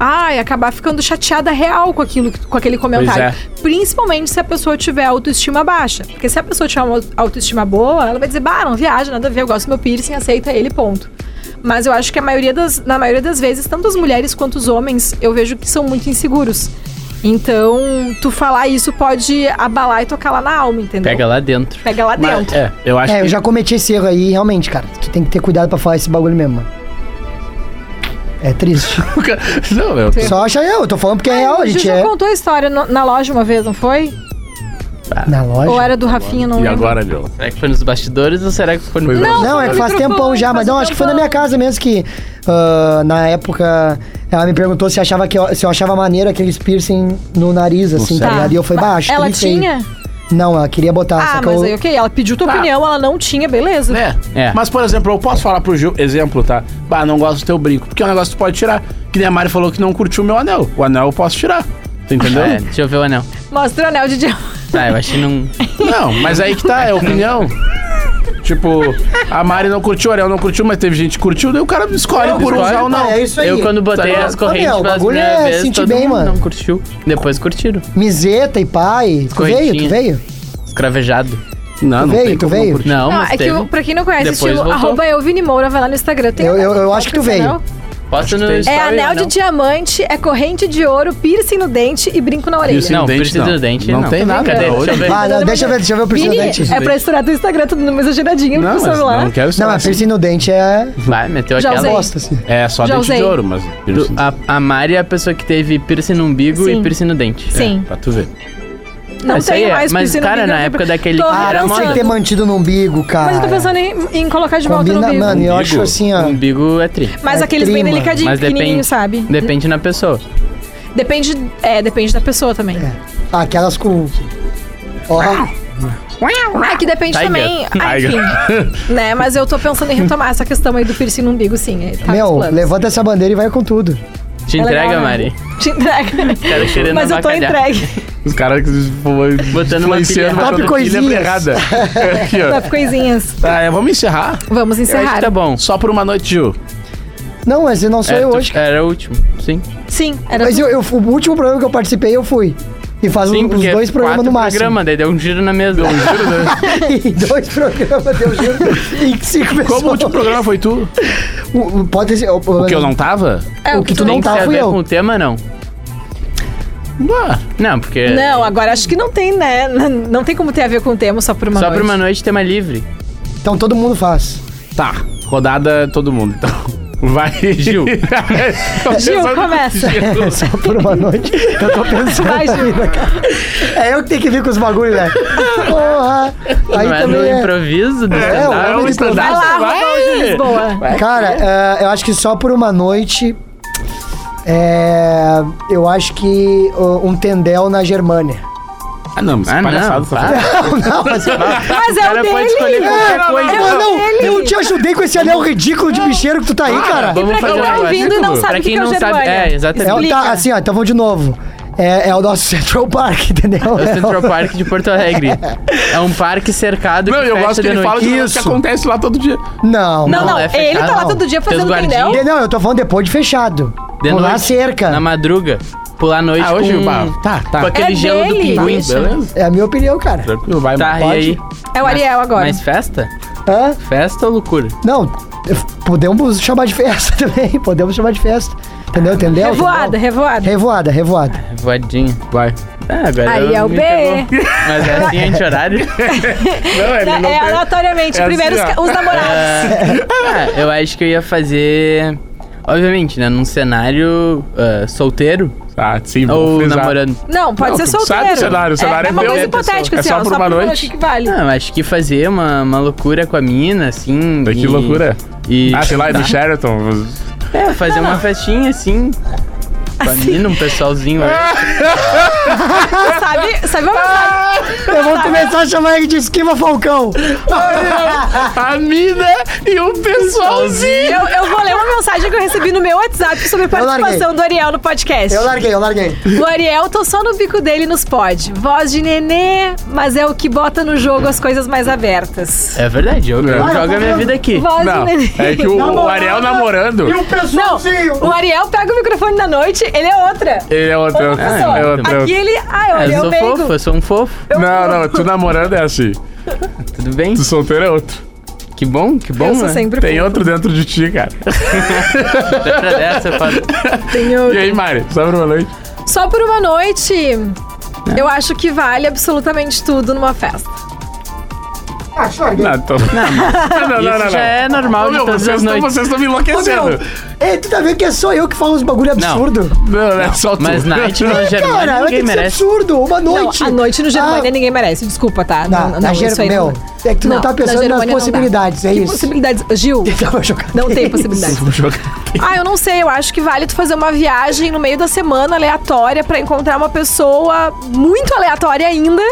[SPEAKER 2] Ai, acabar ficando chateada real com aquilo, com aquele comentário. Principalmente se a pessoa tiver autoestima baixa. Porque se a pessoa tiver uma autoestima boa, ela vai dizer, bah, não viaja, nada a ver, eu gosto do meu piercing, aceita ele, ponto. Mas eu acho que a maioria das, na maioria das vezes, tanto as mulheres quanto os homens, eu vejo que são muito inseguros. Então, tu falar isso pode abalar e tocar lá na alma, entendeu?
[SPEAKER 4] Pega lá dentro.
[SPEAKER 2] Pega lá
[SPEAKER 1] Mas,
[SPEAKER 2] dentro.
[SPEAKER 1] é, eu acho
[SPEAKER 3] É,
[SPEAKER 1] que.
[SPEAKER 3] eu já cometi esse erro aí, realmente, cara. Tu tem que ter cuidado pra falar esse bagulho mesmo, mano. É triste.
[SPEAKER 1] não, meu.
[SPEAKER 3] Só acha eu, eu tô falando porque é real, a
[SPEAKER 2] O
[SPEAKER 3] gente
[SPEAKER 2] Juju
[SPEAKER 3] é.
[SPEAKER 2] contou a história no- na loja uma vez, não foi?
[SPEAKER 3] Na
[SPEAKER 2] Ou
[SPEAKER 3] loja.
[SPEAKER 2] era do Rafinha, não
[SPEAKER 1] E
[SPEAKER 2] lembro.
[SPEAKER 1] agora, Diogo?
[SPEAKER 4] Será que foi nos bastidores ou será que foi no...
[SPEAKER 1] Foi
[SPEAKER 2] Não,
[SPEAKER 3] Não,
[SPEAKER 2] foi
[SPEAKER 3] é
[SPEAKER 2] no
[SPEAKER 3] que faz
[SPEAKER 2] microfone,
[SPEAKER 3] tempão já, mas
[SPEAKER 2] faz
[SPEAKER 3] não,
[SPEAKER 2] um
[SPEAKER 3] acho que foi na
[SPEAKER 2] tempão.
[SPEAKER 3] minha casa mesmo que ah, na época ela me perguntou se achava que eu, se eu achava maneiro aqueles piercing no nariz, assim, tá
[SPEAKER 2] Tá.
[SPEAKER 3] ligado? E eu fui baixo.
[SPEAKER 2] Ela tinha?
[SPEAKER 3] Não, ela queria botar, só
[SPEAKER 2] Ah,
[SPEAKER 3] que
[SPEAKER 2] mas
[SPEAKER 3] eu.
[SPEAKER 2] aí, ok. Ela pediu tua
[SPEAKER 1] Tá.
[SPEAKER 2] opinião, ela não tinha, beleza.
[SPEAKER 1] É.
[SPEAKER 4] É.
[SPEAKER 1] Mas, por exemplo, eu posso falar pro Gil, exemplo, tá? Bah, não gosto do teu brinco. Porque é um negócio que tu pode tirar. Que nem a Mari falou que não curtiu o meu anel. O anel eu posso tirar. tá Tu entendeu?
[SPEAKER 4] É, deixa eu ver o anel.
[SPEAKER 2] Mostra o anel de Ah, diamante.
[SPEAKER 4] Tá, eu acho que não...
[SPEAKER 1] Não, mas aí que tá, é opinião. tipo, a Mari não curtiu, o anel não curtiu, mas teve gente que curtiu, daí o cara escolhe por
[SPEAKER 4] escolhe,
[SPEAKER 1] usar ou
[SPEAKER 3] tá,
[SPEAKER 1] não.
[SPEAKER 3] é isso aí.
[SPEAKER 4] Eu quando botei
[SPEAKER 1] Tá
[SPEAKER 4] as correntes
[SPEAKER 3] Ô, meu, o
[SPEAKER 4] pelas
[SPEAKER 3] bagulho
[SPEAKER 4] primeiras
[SPEAKER 3] é
[SPEAKER 4] vezes,
[SPEAKER 3] sentir
[SPEAKER 4] todo
[SPEAKER 3] bem,
[SPEAKER 4] mundo
[SPEAKER 3] mano.
[SPEAKER 4] não curtiu. Depois curtiram.
[SPEAKER 3] Miseta e pai. Tu veio, tu
[SPEAKER 4] Coitinha.
[SPEAKER 3] veio?
[SPEAKER 4] Escravejado.
[SPEAKER 1] Não,
[SPEAKER 3] Tu veio,
[SPEAKER 1] tem
[SPEAKER 3] tu
[SPEAKER 1] como
[SPEAKER 3] veio?
[SPEAKER 1] curtir.
[SPEAKER 4] Não,
[SPEAKER 2] Não,
[SPEAKER 4] mas
[SPEAKER 2] é que
[SPEAKER 4] teve.
[SPEAKER 2] o- pra quem não conhece,
[SPEAKER 4] Depois
[SPEAKER 2] estilo
[SPEAKER 4] voltou.
[SPEAKER 2] arroba Elvini Moura, vai lá no Instagram. Tem
[SPEAKER 3] Eu-
[SPEAKER 2] anel
[SPEAKER 3] eu- eu
[SPEAKER 2] de
[SPEAKER 3] acho que tu
[SPEAKER 2] esse
[SPEAKER 3] veio.
[SPEAKER 2] anel?
[SPEAKER 4] Posso no
[SPEAKER 1] É
[SPEAKER 2] É
[SPEAKER 4] story,
[SPEAKER 2] anel de
[SPEAKER 4] não.
[SPEAKER 2] diamante, é corrente de ouro, piercing no dente e brinco na orelha.
[SPEAKER 1] Piercing
[SPEAKER 4] Não,
[SPEAKER 1] no dente,
[SPEAKER 4] precisa
[SPEAKER 1] não.
[SPEAKER 4] do dente,
[SPEAKER 1] Não
[SPEAKER 4] não.
[SPEAKER 1] tem nada,
[SPEAKER 4] Cadê?
[SPEAKER 1] não.
[SPEAKER 4] Deixa eu ver.
[SPEAKER 3] Ah, não, deixa eu ver, deixa eu ver o piercing no
[SPEAKER 2] Vini,
[SPEAKER 3] dente.
[SPEAKER 2] é pra estourar teu Instagram, tudo numa exageradinha,
[SPEAKER 1] Não,
[SPEAKER 2] porque
[SPEAKER 1] mas
[SPEAKER 2] sobe lá.
[SPEAKER 1] não quero
[SPEAKER 3] Não,
[SPEAKER 1] estar
[SPEAKER 2] assim.
[SPEAKER 3] mas piercing no dente é
[SPEAKER 4] Vai, meteu
[SPEAKER 2] Já
[SPEAKER 4] aquela.
[SPEAKER 2] usei.
[SPEAKER 3] bosta, assim.
[SPEAKER 1] É, só
[SPEAKER 2] Já
[SPEAKER 1] dente
[SPEAKER 2] usei.
[SPEAKER 1] de ouro, mas...
[SPEAKER 4] Do- a, a Mari é a pessoa que teve piercing no umbigo
[SPEAKER 2] Sim.
[SPEAKER 4] e piercing no dente.
[SPEAKER 2] Sim.
[SPEAKER 1] Pra tu ver.
[SPEAKER 2] Não
[SPEAKER 4] Isso aí
[SPEAKER 2] tem
[SPEAKER 4] é,
[SPEAKER 2] mais
[SPEAKER 4] mas,
[SPEAKER 2] piercing no
[SPEAKER 4] cara,
[SPEAKER 2] umbigo,
[SPEAKER 4] na
[SPEAKER 2] eu-
[SPEAKER 4] época daquele-
[SPEAKER 2] Tô
[SPEAKER 4] Ah,
[SPEAKER 3] Ah, não tem
[SPEAKER 2] repensando.
[SPEAKER 3] que ter mantido no umbigo, cara.
[SPEAKER 2] Mas eu tô pensando em, em colocar de volta
[SPEAKER 3] Combina,
[SPEAKER 2] no bico.
[SPEAKER 3] mano, eu
[SPEAKER 1] Umbigo?
[SPEAKER 3] acho assim, ó.
[SPEAKER 4] O umbigo é tri.
[SPEAKER 2] Mas
[SPEAKER 3] É
[SPEAKER 2] aqueles bem
[SPEAKER 3] clima.
[SPEAKER 2] delicadinhos,
[SPEAKER 4] Mas depende,
[SPEAKER 2] pequenininhos, sabe?
[SPEAKER 4] depende na pessoa.
[SPEAKER 2] Depende, é, depende da pessoa também.
[SPEAKER 3] É. Ah, aquelas com. Ó,
[SPEAKER 2] tá Ah, que depende
[SPEAKER 4] Tiger.
[SPEAKER 2] também. Ah, enfim. né, mas eu tô pensando em retomar essa questão aí do piercing no umbigo, sim. é, Tá
[SPEAKER 3] meu,
[SPEAKER 2] nos planos.
[SPEAKER 3] levanta essa bandeira e vai com tudo.
[SPEAKER 4] Te
[SPEAKER 2] É legal,
[SPEAKER 4] entrega,
[SPEAKER 2] né?
[SPEAKER 4] Mari.
[SPEAKER 2] Te entrega.
[SPEAKER 4] Cara, querendo
[SPEAKER 2] mas eu tô
[SPEAKER 4] avacalhar.
[SPEAKER 2] entregue.
[SPEAKER 1] Os caras que
[SPEAKER 4] Botando uma pilha.
[SPEAKER 1] uma
[SPEAKER 3] Top
[SPEAKER 1] pilha
[SPEAKER 3] coisinhas.
[SPEAKER 1] errada. Aqui, ó.
[SPEAKER 2] Tá, coisinhas.
[SPEAKER 1] Tá, é, vamos encerrar.
[SPEAKER 2] Vamos
[SPEAKER 4] Eu acho que
[SPEAKER 2] encerrar.
[SPEAKER 4] tá bom.
[SPEAKER 1] Só por uma noite, Gil.
[SPEAKER 3] Não, mas eu não sou
[SPEAKER 4] É,
[SPEAKER 3] eu
[SPEAKER 4] tu-
[SPEAKER 3] hoje. cara.
[SPEAKER 4] Era o último, sim.
[SPEAKER 2] Sim, era
[SPEAKER 3] Mas eu, eu- o último programa que eu participei, eu fui. E faz
[SPEAKER 4] Sim,
[SPEAKER 3] um- os
[SPEAKER 4] porque é
[SPEAKER 3] dois programas
[SPEAKER 4] quatro
[SPEAKER 3] no máximo.
[SPEAKER 4] programa, daí deu um giro na mesa.
[SPEAKER 3] né? E dois programas, eu juro. E cinco
[SPEAKER 1] Qual o
[SPEAKER 3] pessoas.
[SPEAKER 1] último programa foi tu?
[SPEAKER 3] O- o- Pode ser. O,
[SPEAKER 1] O que eu não tava?
[SPEAKER 2] É,
[SPEAKER 3] o que tu
[SPEAKER 4] Tem
[SPEAKER 3] não
[SPEAKER 4] que ser
[SPEAKER 3] tá,
[SPEAKER 4] a
[SPEAKER 3] fui
[SPEAKER 4] ver
[SPEAKER 3] eu.
[SPEAKER 4] com o tema, não.
[SPEAKER 1] Ah,
[SPEAKER 4] Não, porque...
[SPEAKER 2] Não, agora acho que não tem, né? N- Não tem como ter a ver com o tema só por uma
[SPEAKER 4] Só
[SPEAKER 2] noite.
[SPEAKER 4] pra uma noite, tema livre.
[SPEAKER 3] Então todo mundo faz.
[SPEAKER 1] tá. Rodada todo mundo, então. Vai, Gil.
[SPEAKER 4] É
[SPEAKER 2] Gil, começa.
[SPEAKER 3] Só por uma noite. Eu tô pensando.
[SPEAKER 2] Vai, Gil.
[SPEAKER 3] ainda, cara. É eu que tenho que vir com os bagulhos, né? Porra! Aí
[SPEAKER 4] não é no
[SPEAKER 3] também é.
[SPEAKER 4] improviso do
[SPEAKER 3] é
[SPEAKER 4] stand-up.
[SPEAKER 3] um
[SPEAKER 2] Vai lá, Rodolfo de Lisboa.
[SPEAKER 3] Cara, eh, eu acho que só por uma noite. eh, eu acho que uh, um tendel na Germânia.
[SPEAKER 1] Ah, não, mas
[SPEAKER 4] Ah,
[SPEAKER 1] é palhaçada.
[SPEAKER 4] não,
[SPEAKER 1] essa
[SPEAKER 4] para.
[SPEAKER 1] frase.
[SPEAKER 3] Não, mas
[SPEAKER 2] Mas
[SPEAKER 4] O
[SPEAKER 2] é
[SPEAKER 4] cara
[SPEAKER 2] o
[SPEAKER 4] pode
[SPEAKER 2] dele.
[SPEAKER 4] escolher qualquer
[SPEAKER 2] É,
[SPEAKER 4] coisa.
[SPEAKER 2] é
[SPEAKER 3] eu
[SPEAKER 2] o
[SPEAKER 3] não,
[SPEAKER 2] dele.
[SPEAKER 3] eu te ajudei com esse anel ridículo de bicheiro que tu tá aí, cara.
[SPEAKER 4] Vamos
[SPEAKER 2] pra
[SPEAKER 4] fazer
[SPEAKER 2] quem
[SPEAKER 4] um
[SPEAKER 2] tá
[SPEAKER 4] negócio.
[SPEAKER 2] ouvindo e não sabe o
[SPEAKER 4] Pra
[SPEAKER 2] que
[SPEAKER 4] quem
[SPEAKER 2] que é
[SPEAKER 4] não
[SPEAKER 2] o
[SPEAKER 4] sabe...
[SPEAKER 2] Germânia.
[SPEAKER 4] É,
[SPEAKER 3] É,
[SPEAKER 4] exatamente.
[SPEAKER 3] o
[SPEAKER 2] Explica.
[SPEAKER 3] tá, assim, ó, então vamos de novo. É, é o nosso Central Park, entendeu?
[SPEAKER 4] É o Central Park de Porto Alegre. É um parque cercado
[SPEAKER 1] Não,
[SPEAKER 4] que
[SPEAKER 1] eu
[SPEAKER 4] fecha
[SPEAKER 1] gosto que
[SPEAKER 4] de
[SPEAKER 1] ele
[SPEAKER 4] noite.
[SPEAKER 1] fala de que
[SPEAKER 3] Isso.
[SPEAKER 1] acontece lá todo dia.
[SPEAKER 3] Não,
[SPEAKER 2] Não,
[SPEAKER 3] não.
[SPEAKER 2] não,
[SPEAKER 4] é fechado.
[SPEAKER 2] ele tá lá
[SPEAKER 4] Não.
[SPEAKER 2] todo
[SPEAKER 4] Tem
[SPEAKER 2] dia
[SPEAKER 4] os
[SPEAKER 2] fazendo
[SPEAKER 4] guardinhas.
[SPEAKER 2] painel.
[SPEAKER 3] De- Não, eu tô falando depois de fechado.
[SPEAKER 4] De
[SPEAKER 3] Pular
[SPEAKER 4] noite,
[SPEAKER 3] cerca.
[SPEAKER 4] Na madruga. Pular a noite
[SPEAKER 1] Ah, hoje,
[SPEAKER 4] com...
[SPEAKER 1] pá, tá, tá.
[SPEAKER 4] Com aquele
[SPEAKER 2] É
[SPEAKER 4] gelo do
[SPEAKER 2] dele,
[SPEAKER 4] pinguim.
[SPEAKER 2] isso.
[SPEAKER 1] Beleza?
[SPEAKER 3] É a minha opinião, cara.
[SPEAKER 1] Tranquilo, vai,
[SPEAKER 4] Tá,
[SPEAKER 1] pode.
[SPEAKER 4] e aí?
[SPEAKER 2] É o Ariel agora.
[SPEAKER 4] Mas festa?
[SPEAKER 3] Hã?
[SPEAKER 4] Festa ou loucura?
[SPEAKER 3] Não, podemos chamar de festa também. Podemos chamar de festa. Entendeu?
[SPEAKER 2] É
[SPEAKER 3] Entendeu?
[SPEAKER 2] revoada,
[SPEAKER 3] Entendeu?
[SPEAKER 2] revoada.
[SPEAKER 3] Revoada, revoada.
[SPEAKER 4] Voadinha.
[SPEAKER 1] Vai.
[SPEAKER 4] Ah, É agora
[SPEAKER 2] Aí é o
[SPEAKER 4] me
[SPEAKER 2] B.
[SPEAKER 4] pegou. Mas é assim, é de horário?
[SPEAKER 1] Não, ele
[SPEAKER 2] É,
[SPEAKER 1] não tem-
[SPEAKER 2] aleatoriamente.
[SPEAKER 1] assim, É
[SPEAKER 2] Primeiro os,
[SPEAKER 1] assim,
[SPEAKER 2] ca-
[SPEAKER 1] ó.
[SPEAKER 2] os namorados.
[SPEAKER 4] Ah, eu acho que eu ia fazer... Obviamente, né? Num cenário ah, solteiro
[SPEAKER 1] Tá, sim, vou
[SPEAKER 4] ou
[SPEAKER 1] frisar.
[SPEAKER 4] namorando.
[SPEAKER 2] Não, pode
[SPEAKER 1] Não,
[SPEAKER 2] ser
[SPEAKER 1] tu
[SPEAKER 2] solteiro.
[SPEAKER 1] sabe o cenário, o cenário é
[SPEAKER 2] é uma
[SPEAKER 1] teu,
[SPEAKER 2] coisa
[SPEAKER 1] né, pessoal?
[SPEAKER 2] hipotética,
[SPEAKER 1] É
[SPEAKER 2] assim,
[SPEAKER 1] só
[SPEAKER 2] ó,
[SPEAKER 1] por uma
[SPEAKER 2] pra ver o
[SPEAKER 1] noite?
[SPEAKER 2] que que vale.
[SPEAKER 4] Não, acho que fazer uma, uma loucura com a mina, assim.
[SPEAKER 1] Que loucura.
[SPEAKER 4] E,
[SPEAKER 1] Ah, sei lá, é do Sheraton.
[SPEAKER 4] É, fazer uma festinha, assim. Com a
[SPEAKER 2] Assim.
[SPEAKER 4] mina, um pessoalzinho.
[SPEAKER 2] Ah, Sabe, sabe uma mensagem?
[SPEAKER 3] Eu vou começar a chamar ele de esquiva Falcão.
[SPEAKER 1] A mina e o pessoalzinho.
[SPEAKER 2] Eu, eu vou ler uma mensagem que eu recebi no meu WhatsApp sobre a participação
[SPEAKER 3] larguei.
[SPEAKER 2] do Ariel no podcast.
[SPEAKER 3] Eu larguei, eu larguei.
[SPEAKER 2] O Ariel, tô só no bico dele nos pod. Voz de nenê, mas é o que bota no jogo as coisas mais abertas.
[SPEAKER 4] É verdade, eu, eu
[SPEAKER 1] Ah,
[SPEAKER 4] jogo a minha vida aqui.
[SPEAKER 2] Voz
[SPEAKER 1] Não,
[SPEAKER 2] de nenê. Tá
[SPEAKER 1] é que o, o Ariel namorando.
[SPEAKER 3] o
[SPEAKER 2] Não, o Ariel pega o microfone na noite, ele é outra.
[SPEAKER 1] Ele é outro.
[SPEAKER 2] Outra pessoa.
[SPEAKER 1] é outro.
[SPEAKER 2] Aqui ele... Ah,
[SPEAKER 4] Ah,
[SPEAKER 2] olha,
[SPEAKER 4] eu
[SPEAKER 2] eu
[SPEAKER 4] sou
[SPEAKER 2] meigo.
[SPEAKER 4] fofo, eu sou um fofo.
[SPEAKER 1] Não, não, tu namorando é assim.
[SPEAKER 4] Tudo bem?
[SPEAKER 1] Tu solteiro é outro.
[SPEAKER 4] Que bom, que bom,
[SPEAKER 2] Eu sou
[SPEAKER 4] né?
[SPEAKER 2] sempre
[SPEAKER 1] Tem
[SPEAKER 2] fofa.
[SPEAKER 1] outro dentro de ti, cara.
[SPEAKER 4] Outra dessa, eu falo.
[SPEAKER 2] Tenho-
[SPEAKER 1] E aí, Mari? Sabe uma noite?
[SPEAKER 2] Só por uma noite, eu acho que vale absolutamente tudo numa festa.
[SPEAKER 3] Ah, te larguei.
[SPEAKER 1] Não, tô... não, não, não,
[SPEAKER 4] Isso
[SPEAKER 1] não,
[SPEAKER 4] já é normal
[SPEAKER 1] Ô,
[SPEAKER 4] de
[SPEAKER 1] meu,
[SPEAKER 4] todas
[SPEAKER 1] vocês
[SPEAKER 4] as
[SPEAKER 1] estão
[SPEAKER 4] noites.
[SPEAKER 1] vocês estão me
[SPEAKER 3] Ô, meu,
[SPEAKER 1] enlouquecendo.
[SPEAKER 3] Ei, tu tá vendo que é só eu que falo uns bagulho absurdo?
[SPEAKER 1] Não, não, é só tu.
[SPEAKER 4] Mas night no
[SPEAKER 3] Cara,
[SPEAKER 4] Germânia
[SPEAKER 3] mas tem
[SPEAKER 4] ninguém
[SPEAKER 3] que ser
[SPEAKER 4] merece.
[SPEAKER 3] absurdo, uma
[SPEAKER 2] Não,
[SPEAKER 3] noite. Ah.
[SPEAKER 2] a noite no Germânia ninguém merece, desculpa, tá?
[SPEAKER 3] Não,
[SPEAKER 2] não,
[SPEAKER 3] na
[SPEAKER 2] não,
[SPEAKER 3] Ger-
[SPEAKER 2] isso aí
[SPEAKER 3] meu, é que tu não tá
[SPEAKER 2] na
[SPEAKER 3] pensando nas
[SPEAKER 2] Germânia não dá.
[SPEAKER 3] possibilidades, é
[SPEAKER 2] que
[SPEAKER 3] isso.
[SPEAKER 2] possibilidades? Gil,
[SPEAKER 3] Tava jogando.
[SPEAKER 2] não tem possibilidades.
[SPEAKER 1] Vou jogar.
[SPEAKER 2] Ah, eu não sei, eu acho que vale tu fazer uma viagem no meio da semana aleatória pra encontrar uma pessoa muito aleatória ainda,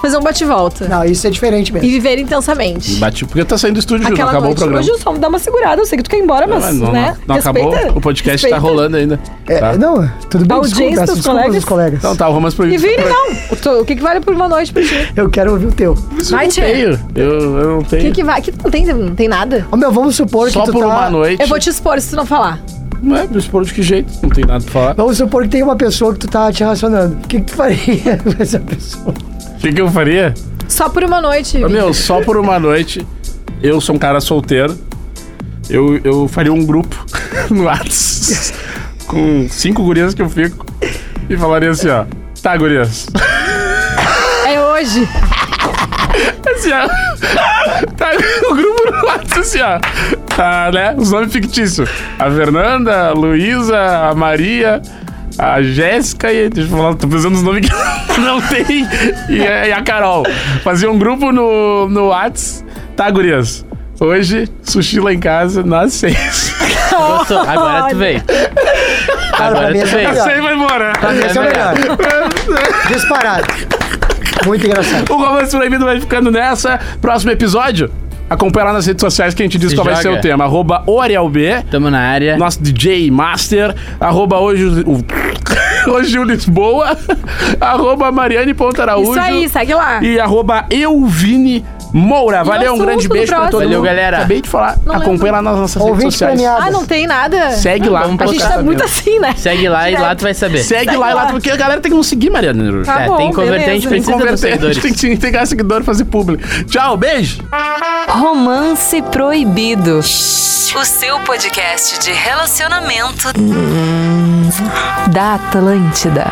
[SPEAKER 2] fazer um bate-volta.
[SPEAKER 3] Não, isso é diferente
[SPEAKER 2] E
[SPEAKER 3] mesmo.
[SPEAKER 2] viver intensamente.
[SPEAKER 1] Bati porque tá saindo do estúdio, Ju, não
[SPEAKER 2] Aquela
[SPEAKER 1] acabou
[SPEAKER 2] noite.
[SPEAKER 1] o programa.
[SPEAKER 2] Ô, Gil, só dá uma segurada, eu sei que tu quer ir embora,
[SPEAKER 1] Não,
[SPEAKER 2] mas,
[SPEAKER 1] não,
[SPEAKER 2] né?
[SPEAKER 1] não acabou,
[SPEAKER 2] respeita-
[SPEAKER 1] o podcast tá
[SPEAKER 2] respeita.
[SPEAKER 1] rolando ainda.
[SPEAKER 3] É,
[SPEAKER 1] Tá.
[SPEAKER 3] Não, tudo bem, desculpa,
[SPEAKER 2] A audiência
[SPEAKER 3] peço
[SPEAKER 2] dos
[SPEAKER 3] desculpa dos colegas.
[SPEAKER 1] Então tá, o Romance
[SPEAKER 2] E
[SPEAKER 1] Proibido.
[SPEAKER 2] Vini, não. O teu- O que, que vale por uma noite pra ti?
[SPEAKER 3] Eu quero ouvir o teu.
[SPEAKER 2] Vai,
[SPEAKER 1] Eu
[SPEAKER 2] Tchê.
[SPEAKER 1] não tenho, eu, eu não
[SPEAKER 2] O
[SPEAKER 1] tenho.
[SPEAKER 2] é. que, que vai? Que não tem, não tem nada?
[SPEAKER 3] Ô, meu, vamos supor
[SPEAKER 1] Só
[SPEAKER 3] que tu
[SPEAKER 1] por
[SPEAKER 3] tá...
[SPEAKER 1] uma noite.
[SPEAKER 2] Eu vou te expor se tu não falar.
[SPEAKER 1] Não é, me expor de que jeito, não tem nada pra falar.
[SPEAKER 3] Vamos supor que tem uma pessoa que tu tá te relacionando. O que, que tu faria com essa pessoa?
[SPEAKER 1] O que, que eu faria?
[SPEAKER 2] Só por uma noite.
[SPEAKER 1] Mas, Meu, só por uma noite, eu sou um cara solteiro, eu, eu faria um grupo no Whats com cinco gurias que eu fico e falaria assim, ó. Tá, gurias.
[SPEAKER 2] É hoje.
[SPEAKER 1] Assim, ó. Tá, o grupo no Whats, assim, ó. Tá, né? Os nomes fictícios. A Fernanda, a Luísa, a Maria... A Jéssica e. Deixa eu falar, tô pensando nos nomes que não tem. E, a- e a Carol. Fazia um grupo no, no Whats. Tá, gurias? Hoje, sushi lá em casa, nas seis.
[SPEAKER 4] Gostou, agora tu veio. Agora
[SPEAKER 3] pra mim
[SPEAKER 4] tu
[SPEAKER 3] é
[SPEAKER 4] veio.
[SPEAKER 3] melhor.
[SPEAKER 1] Sei, vai embora.
[SPEAKER 3] Esse é o melhor. Disparado. Muito engraçado.
[SPEAKER 1] O Romance Proibido vai ficando nessa. Próximo episódio, acompanha lá nas redes sociais que a gente diz
[SPEAKER 4] Se
[SPEAKER 1] qual vai ser
[SPEAKER 4] joga.
[SPEAKER 1] o tema. Arroba OrielB,
[SPEAKER 4] Tamo na área.
[SPEAKER 1] nosso DJ Master. Arroba hoje o... Hoje o Lisboa. Arroba Mariane Pontaraújo.
[SPEAKER 2] Isso aí, segue lá.
[SPEAKER 1] E arroba Euvini Moura. Valeu, um
[SPEAKER 2] assunto
[SPEAKER 1] grande
[SPEAKER 2] do
[SPEAKER 1] beijo pra
[SPEAKER 2] próximo.
[SPEAKER 1] todo
[SPEAKER 4] Valeu,
[SPEAKER 1] mundo.
[SPEAKER 4] galera.
[SPEAKER 1] Acabei de falar.
[SPEAKER 2] Não
[SPEAKER 1] acompanha
[SPEAKER 2] lembro.
[SPEAKER 1] lá nas nossas redes
[SPEAKER 3] Ouvintes
[SPEAKER 1] sociais.
[SPEAKER 3] premiados.
[SPEAKER 2] Ah, não tem nada?
[SPEAKER 1] Segue lá.
[SPEAKER 4] vamos
[SPEAKER 2] A gente
[SPEAKER 4] postar
[SPEAKER 2] tá
[SPEAKER 4] também.
[SPEAKER 2] muito assim, né?
[SPEAKER 4] Segue lá e
[SPEAKER 2] Direto.
[SPEAKER 4] lá tu vai saber.
[SPEAKER 1] Segue,
[SPEAKER 2] Segue
[SPEAKER 1] lá e lá,
[SPEAKER 2] lá.
[SPEAKER 1] porque a galera tem que nos seguir, Mariana.
[SPEAKER 2] Tá
[SPEAKER 4] É,
[SPEAKER 2] bom,
[SPEAKER 4] tem convertente,
[SPEAKER 2] beleza. então.
[SPEAKER 4] precisa dos
[SPEAKER 1] Converter, a gente
[SPEAKER 4] seguidores.
[SPEAKER 1] tem que entregar seguidor e fazer público. Tchau, beijo!
[SPEAKER 5] Romance Proibido. O seu podcast de relacionamento da Atlântida.